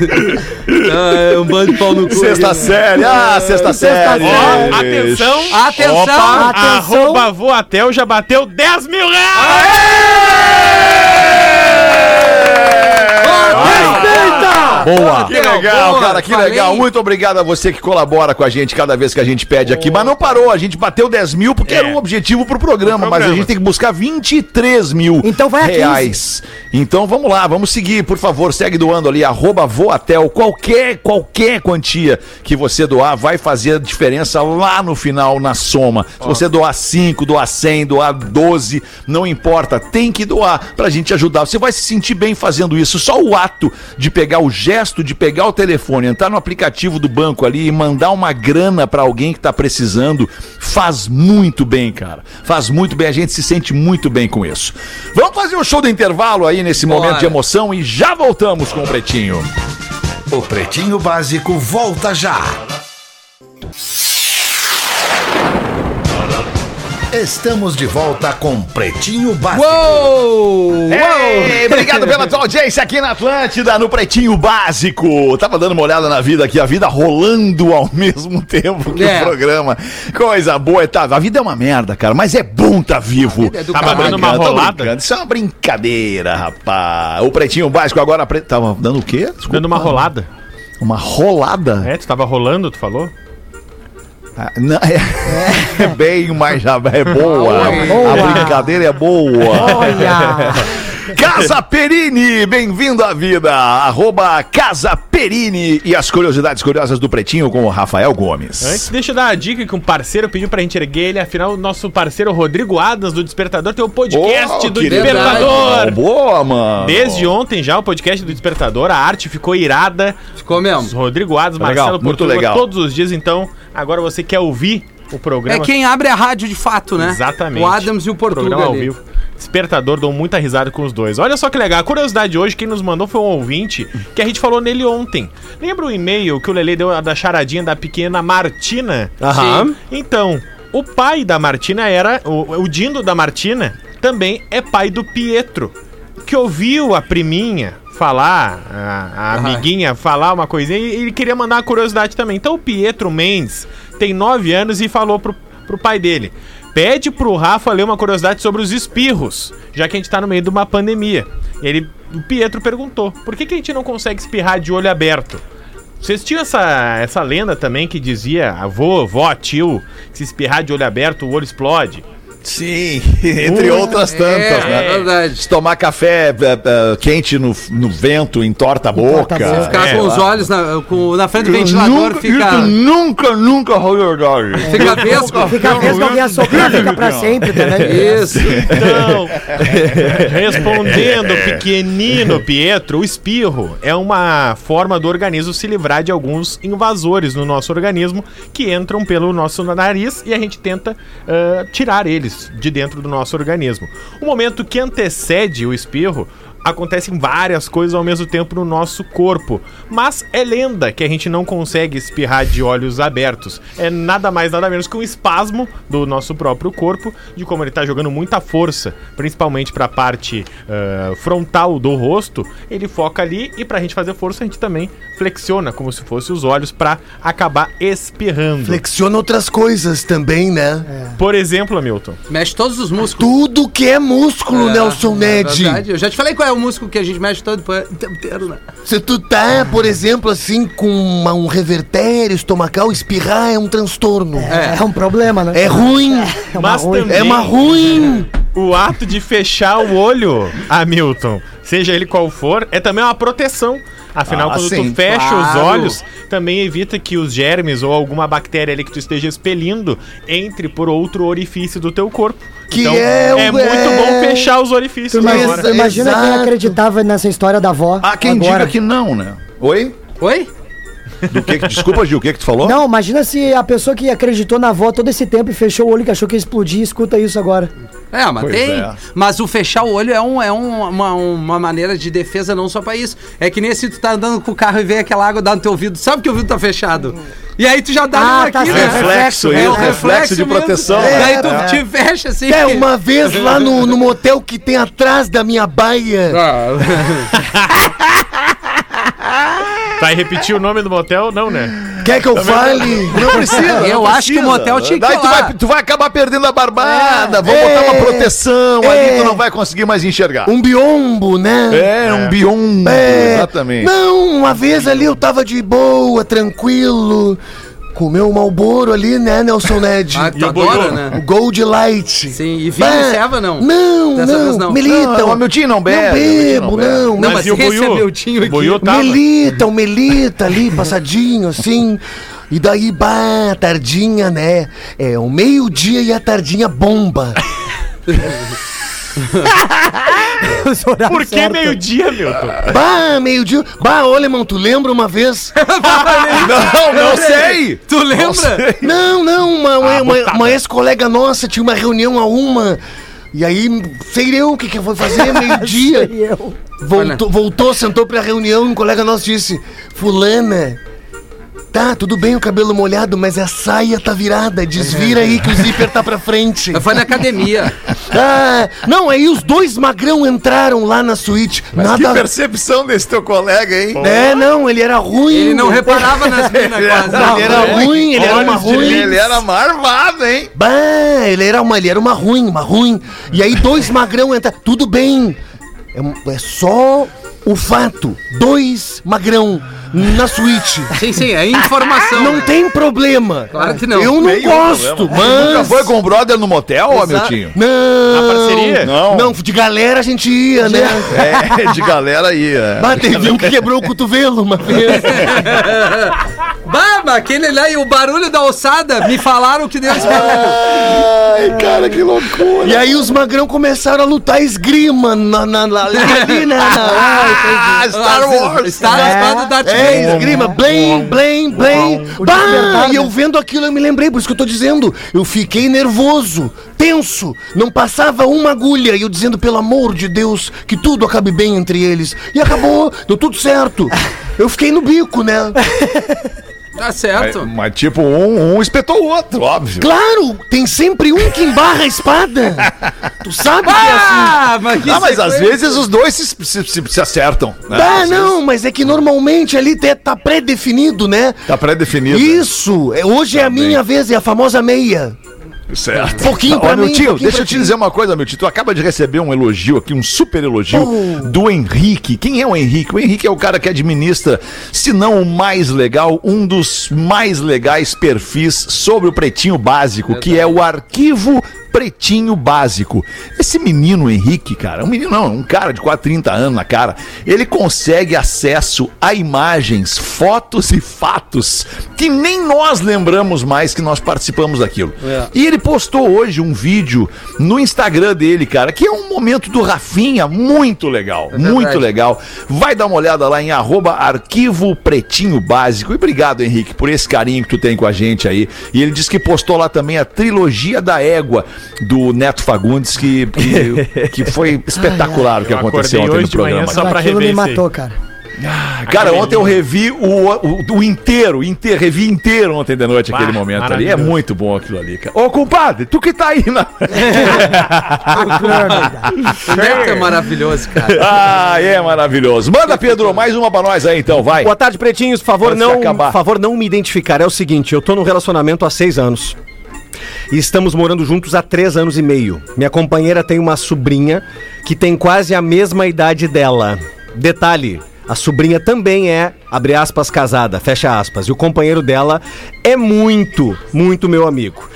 Speaker 2: Ah, é um bando de pau no cu.
Speaker 1: Sexta série. Ah, sexta série.
Speaker 5: Ó, atenção.
Speaker 2: Atenção,
Speaker 5: Opa,
Speaker 3: atenção.
Speaker 5: Arroba Voatel já bateu 10 mil reais.
Speaker 1: Boa! Que legal,
Speaker 2: boa,
Speaker 1: cara, que
Speaker 2: falei.
Speaker 1: legal. Muito obrigado a você que colabora com a gente cada vez que a gente pede aqui. Mas não parou, a gente bateu 10 mil porque era um objetivo pro programa,
Speaker 5: Pro
Speaker 1: mas a
Speaker 5: programa.
Speaker 1: gente tem que buscar 23 mil
Speaker 3: Então vai a 15.
Speaker 1: reais. Então vamos lá, vamos seguir, por favor, segue doando ali, arroba Voatel. Qualquer, qualquer quantia que você doar vai fazer diferença lá no final, na soma. Se você doar 5, doar 100, doar 12, não importa, tem que doar pra gente ajudar. Você vai se sentir bem fazendo isso. Só o ato de pegar o gesto, de pegar o telefone, entrar no aplicativo do banco ali e mandar uma grana pra alguém que tá precisando, faz muito bem, cara. Faz muito bem, a gente se sente muito bem com isso. Vamos fazer um show do intervalo aí nesse
Speaker 2: Bora.
Speaker 1: momento de emoção e já voltamos com o Pretinho.
Speaker 11: O Pretinho Básico volta já. Estamos de volta com Pretinho Básico.
Speaker 2: Uou!
Speaker 1: Ei, obrigado
Speaker 2: [LAUGHS]
Speaker 1: pela tua audiência aqui na Atlântida, no Pretinho Básico. Tava dando uma olhada na vida aqui, a vida rolando ao [LAUGHS] mesmo tempo que
Speaker 2: É.
Speaker 1: o programa. Coisa boa, é tá? A vida é uma merda, cara, mas é bom tá vivo.
Speaker 2: é do
Speaker 1: Tá
Speaker 2: caralho.
Speaker 1: brincando,
Speaker 5: Dando uma
Speaker 1: tô
Speaker 5: rolada.
Speaker 1: brincando. Isso é uma brincadeira, rapaz. O Pretinho Básico agora... Pre... Tava dando o quê? Desculpa.
Speaker 5: Dando uma rolada.
Speaker 1: Uma rolada?
Speaker 5: É, tu tava rolando, tu falou?
Speaker 1: Ah, não, é... [LAUGHS] é bem, mas já é boa. A brincadeira é boa.
Speaker 3: Olha.
Speaker 1: Casa Perini, bem-vindo à vida. Arroba Casa Perini e as curiosidades curiosas do Pretinho com o Rafael Gomes.
Speaker 5: Antes, deixa eu dar a dica que um parceiro pediu pra gente erguer ele. Afinal, o nosso parceiro Rodrigo Adams do Despertador tem o podcast
Speaker 1: Oh,
Speaker 5: do
Speaker 1: que legal.
Speaker 5: Despertador.
Speaker 1: Oh, boa, mano.
Speaker 5: Desde ontem já o podcast do Despertador, a arte ficou irada.
Speaker 2: Ficou mesmo.
Speaker 5: Rodrigo Adams,
Speaker 1: Tá
Speaker 5: Marcelo
Speaker 1: legal, muito
Speaker 5: Portugal,
Speaker 1: legal.
Speaker 5: todos os dias. Então, agora você quer ouvir o
Speaker 2: É
Speaker 5: programa?
Speaker 2: quem abre a rádio de fato, né?
Speaker 5: Exatamente.
Speaker 2: O Adams e o Portugal
Speaker 5: programa ao
Speaker 2: ali.
Speaker 5: vivo. Despertador, dou muita risada com os dois. Olha só que legal. A curiosidade de hoje, quem nos mandou foi um ouvinte que a gente falou nele ontem. Lembra o e-mail que o Lele deu da charadinha da pequena Martina?
Speaker 4: Aham.
Speaker 5: Então, o pai da Martina era. O, o Dindo da Martina também é pai do Pietro, que ouviu a priminha falar, a, a amiguinha falar uma coisinha e ele queria mandar uma curiosidade também. Então, o Pietro Mendes tem 9 anos e falou pro, pro pai dele. Pede pro Rafa ler uma curiosidade sobre os espirros, já que a gente tá no meio de uma pandemia. E ele, o Pietro perguntou: por que, que a gente não consegue espirrar de olho aberto? Vocês tinham essa, essa lenda também que dizia avô, vó, tio, que se espirrar de olho aberto, o olho explode.
Speaker 1: Sim, [LAUGHS] entre outras tantas,
Speaker 2: É,
Speaker 1: né?
Speaker 2: é verdade.
Speaker 1: Se tomar café eh, eh, quente no, no vento, entorta a boca.
Speaker 3: boca.
Speaker 2: Ficar
Speaker 5: É,
Speaker 2: com os
Speaker 1: lá.
Speaker 2: olhos na, com- na frente do ventilador
Speaker 1: nunca,
Speaker 2: fica. É.
Speaker 1: isso nunca, nunca rolou dói.
Speaker 2: Fica vesgo.
Speaker 3: Fica a vez que alguém assoprar, fica pra sempre tá, né? também.
Speaker 2: Isso.
Speaker 1: É.
Speaker 5: Então, respondendo, pequenino Pietro, o espirro é uma forma do organismo se livrar de alguns invasores no nosso organismo que entram pelo nosso nariz e a gente tenta ah, tirar eles de dentro do nosso organismo. O momento que antecede o espirro. Acontecem várias coisas ao mesmo tempo no nosso corpo. Mas é lenda que a gente não consegue espirrar de olhos abertos. É nada mais, nada menos que um espasmo do nosso próprio corpo, de como ele tá jogando muita força, principalmente pra parte ah, frontal do rosto. Ele foca ali e pra gente fazer força, a gente também flexiona, como se fosse os olhos, pra acabar espirrando.
Speaker 6: Flexiona outras coisas também, né?
Speaker 5: Por exemplo, Hamilton.
Speaker 2: Mexe todos os músculos.
Speaker 6: Tudo que é músculo,
Speaker 2: É,
Speaker 6: Nelson
Speaker 2: é
Speaker 6: Ned.
Speaker 2: verdade. Eu já te falei qual é o músculo que a gente mexe todo o tempo inteiro, né?
Speaker 6: Se tu tá, por exemplo, assim, com uma- um revertério estomacal, espirrar é um transtorno. É,
Speaker 3: É um problema, né?
Speaker 6: ruim.
Speaker 3: É uma
Speaker 5: Mas
Speaker 3: ruim.
Speaker 5: também
Speaker 6: É uma ruim.
Speaker 5: o ato de fechar o olho, Hamilton, seja ele qual for, é também uma proteção. Afinal,
Speaker 1: Ah,
Speaker 5: quando
Speaker 1: sim,
Speaker 5: tu fecha os
Speaker 2: claro.
Speaker 5: olhos, também evita que os germes ou alguma bactéria ali que tu esteja expelindo entre por outro orifício do teu corpo.
Speaker 6: Que
Speaker 5: então,
Speaker 6: é o-
Speaker 5: muito
Speaker 6: é-
Speaker 5: bom fechar os orifícios
Speaker 6: Mas-
Speaker 5: agora.
Speaker 3: Tu Imagina
Speaker 6: Exato.
Speaker 3: quem acreditava nessa história da avó.
Speaker 1: Há Ah, quem
Speaker 3: agora.
Speaker 1: diga que não, né? Oi?
Speaker 2: Oi?
Speaker 1: Do que que- desculpa, Gil, o que que tu falou?
Speaker 3: Não, imagina se a pessoa que acreditou na avó todo esse tempo e fechou o olho que achou que ia explodir, escuta isso agora. [LAUGHS]
Speaker 2: É, mas
Speaker 1: Pois
Speaker 2: tem.
Speaker 1: é.
Speaker 2: Mas o fechar o olho é, um, é um- uma, uma maneira de defesa não só pra isso. É que nem se tu tá andando com o carro e vem aquela água dar no teu ouvido, sabe que o ouvido tá fechado. E aí tu já dá
Speaker 3: Ah,
Speaker 2: numa
Speaker 3: tá
Speaker 2: aqui,
Speaker 3: certo.
Speaker 1: Reflexo,
Speaker 2: É,
Speaker 1: isso,
Speaker 2: o
Speaker 1: reflexo, de
Speaker 2: mesmo.
Speaker 1: proteção.
Speaker 2: E
Speaker 1: né?
Speaker 2: aí tu te fecha assim.
Speaker 6: É, uma vez lá no, no motel que tem atrás da minha baia.
Speaker 2: Ah,
Speaker 5: Vai repetir o nome do motel? Não, né?
Speaker 6: Quer que eu fale?
Speaker 1: Não precisa.
Speaker 2: Eu
Speaker 1: não
Speaker 2: acho que o
Speaker 1: precisa.
Speaker 2: motel tinha que
Speaker 1: Daí
Speaker 2: ir
Speaker 1: tu
Speaker 2: lá.
Speaker 1: vai, tu vai acabar perdendo a barbada, vão botar uma proteção ali, tu não vai conseguir mais enxergar.
Speaker 6: É. Um biombo, né?
Speaker 1: É, um biombo,
Speaker 6: É.
Speaker 1: exatamente.
Speaker 6: Não, uma vez ali eu tava de boa, tranquilo. Comeu um malboro ali, né, Nelson Ned?
Speaker 2: Ah, tu adora, né?
Speaker 6: O Gold Light.
Speaker 2: Sim, e vinho
Speaker 6: Bah,
Speaker 2: e ceva não.
Speaker 6: Não,
Speaker 2: Dessa
Speaker 6: não.
Speaker 2: vez não.
Speaker 6: Milita.
Speaker 1: Não, o Hamilton não bebe,
Speaker 6: Não bebo,
Speaker 1: o Hamilton não bebe.
Speaker 6: não.
Speaker 2: Não, mas
Speaker 5: e o
Speaker 2: esse é
Speaker 5: Buiú?
Speaker 2: meu tio
Speaker 5: O Buiú
Speaker 2: aqui.
Speaker 5: tava.
Speaker 6: Melita, o Melita ali, passadinho, assim. E daí, bah, tardinha, né? É, o meio-dia e a tardinha bomba.
Speaker 5: Por que meio-dia, Milton?
Speaker 6: Bah, meio-dia. Bah, ô, alemão, tu lembra
Speaker 1: [LAUGHS]
Speaker 6: uma vez?
Speaker 1: Não, não sei!
Speaker 2: Tu lembra?
Speaker 6: Não, não, uma,
Speaker 1: Ah,
Speaker 6: uma- uma, uma ex-colega nossa tinha uma reunião a uma. E aí, sei eu o que, que eu
Speaker 1: [LAUGHS]
Speaker 6: vou fazer, meio-dia.
Speaker 3: E eu.
Speaker 6: Voltou, voltou, sentou pra reunião um colega nosso disse: Fulana, tá, tudo bem o cabelo molhado, mas a saia tá virada, desvira aí que o zíper tá pra
Speaker 2: [LAUGHS]
Speaker 6: frente.
Speaker 2: Foi na academia.
Speaker 6: Ah, não, aí os dois magrão entraram lá na suíte.
Speaker 1: Que
Speaker 6: Nada.
Speaker 1: percepção desse teu colega, hein?
Speaker 6: É, não, ele era ruim.
Speaker 2: Ele não reparava
Speaker 1: [LAUGHS]
Speaker 2: nas minas quase.
Speaker 6: Ele era
Speaker 1: um-
Speaker 6: ruim, ele era uma
Speaker 5: Olhos de
Speaker 6: ruim.
Speaker 1: Ele era marvado, hein?
Speaker 6: Bah, ele era uma, ele era uma ruim, uma ruim. E aí dois magrão entra, tudo bem. É, um- é só o fato, dois magrão na suíte.
Speaker 2: Sim, sim, é informação.
Speaker 6: Não tem problema.
Speaker 2: Claro que não.
Speaker 6: Eu não
Speaker 1: Nenhum
Speaker 6: gosto,
Speaker 1: problema. Nunca
Speaker 6: mas
Speaker 1: foi com o brother no motel, Hamilton?
Speaker 6: não.
Speaker 5: A parceria?
Speaker 6: Não. Não, de galera a gente ia, né?
Speaker 1: É, de galera aí.
Speaker 6: [LAUGHS]
Speaker 1: é.
Speaker 6: Bah, teve um que quebrou o cotovelo uma vez.
Speaker 2: Baba, aquele lá e o barulho da ossada, me falaram que deu esse
Speaker 1: Ah,
Speaker 2: barulho.
Speaker 1: Ai, cara, que loucura.
Speaker 6: E aí os magrão começaram a lutar esgrima na, na, na, ali, né?
Speaker 1: Ah, Star
Speaker 2: assim,
Speaker 1: Wars.
Speaker 2: Está na espada da Darth
Speaker 6: É,
Speaker 2: Vader.
Speaker 6: esgrima, blém, blém, blém. Bah,
Speaker 3: despertar,
Speaker 6: e
Speaker 3: né?
Speaker 6: eu vendo aquilo, eu me lembrei, por isso que eu tô dizendo. Eu fiquei nervoso, tenso, não passava uma agulha. E eu dizendo, pelo amor de Deus, que tudo acabe bem entre eles. E acabou, deu tudo certo. Eu fiquei no bico, né?
Speaker 2: Tá certo.
Speaker 1: Mas tipo, um, um espetou o outro, óbvio.
Speaker 6: Claro, tem sempre um que embarra a espada. Tu sabe que é assim.
Speaker 2: Ah, mas que
Speaker 1: Ah, mas às
Speaker 2: sequência.
Speaker 1: vezes os dois se, se- se- se acertam. né?
Speaker 6: Ah,
Speaker 1: Às vezes
Speaker 6: não, mas é que normalmente ali te- tá pré-definido, né?
Speaker 1: Tá pré-definido.
Speaker 6: Isso, é- hoje é a
Speaker 1: Também.
Speaker 6: minha vez, é a famosa meia.
Speaker 1: Certo.
Speaker 6: Pouquinho pra
Speaker 1: Ó, meu
Speaker 6: mim,
Speaker 1: tio,
Speaker 6: pouquinho
Speaker 1: deixa
Speaker 6: pra
Speaker 1: eu te
Speaker 6: ti.
Speaker 1: dizer uma coisa, meu tio. Tu acaba de receber um elogio aqui, um super elogio
Speaker 6: Oh.
Speaker 1: do Henrique. Quem é o Henrique? O Henrique é o cara que administra, se não o mais legal, um dos mais legais perfis sobre o Pretinho Básico, que é o arquivo Pretinho Básico. Esse menino Henrique, cara, um menino não, um cara de quase 30 anos na cara, ele consegue acesso a imagens, fotos e fatos que nem nós lembramos mais que nós participamos daquilo. E ele postou hoje um vídeo no Instagram dele, cara, que é um momento do Rafinha muito legal, muito legal. Vai dar uma olhada lá em arroba arquivo pretinho básico. E obrigado, Henrique, por esse carinho que tu tem com a gente aí. E ele disse que postou lá também a trilogia da égua do Neto Fagundes, que,
Speaker 5: [LAUGHS]
Speaker 1: que, que foi espetacular o que
Speaker 5: Eu
Speaker 1: aconteceu
Speaker 5: acordei
Speaker 1: ontem no
Speaker 5: hoje de manhã
Speaker 1: programa.
Speaker 5: Só pra
Speaker 3: Aquilo
Speaker 5: rever
Speaker 3: me
Speaker 5: isso aí.
Speaker 3: matou, cara.
Speaker 1: Cara, ontem eu revi o, o, o inteiro, inteiro, revi inteiro ontem de noite aquele
Speaker 5: Bah,
Speaker 1: momento ali. É
Speaker 5: maravilhoso.
Speaker 1: muito bom aquilo ali, cara. Ô, compadre, tu que tá aí na. [LAUGHS]
Speaker 2: O Neto é maravilhoso, cara.
Speaker 1: ah, é maravilhoso. Manda, Pedro, mais uma pra nós aí então, vai.
Speaker 4: Boa tarde, pretinhos. Por favor,
Speaker 1: Antes de
Speaker 4: não,
Speaker 1: acabar.
Speaker 4: por favor, não me identificar. É o seguinte, eu tô num relacionamento há seis anos. E estamos morando juntos há três anos e meio. Minha companheira tem uma sobrinha que tem quase a mesma idade dela. Detalhe, a sobrinha também é, abre aspas, casada, fecha aspas. E o companheiro dela é muito, muito meu amigo.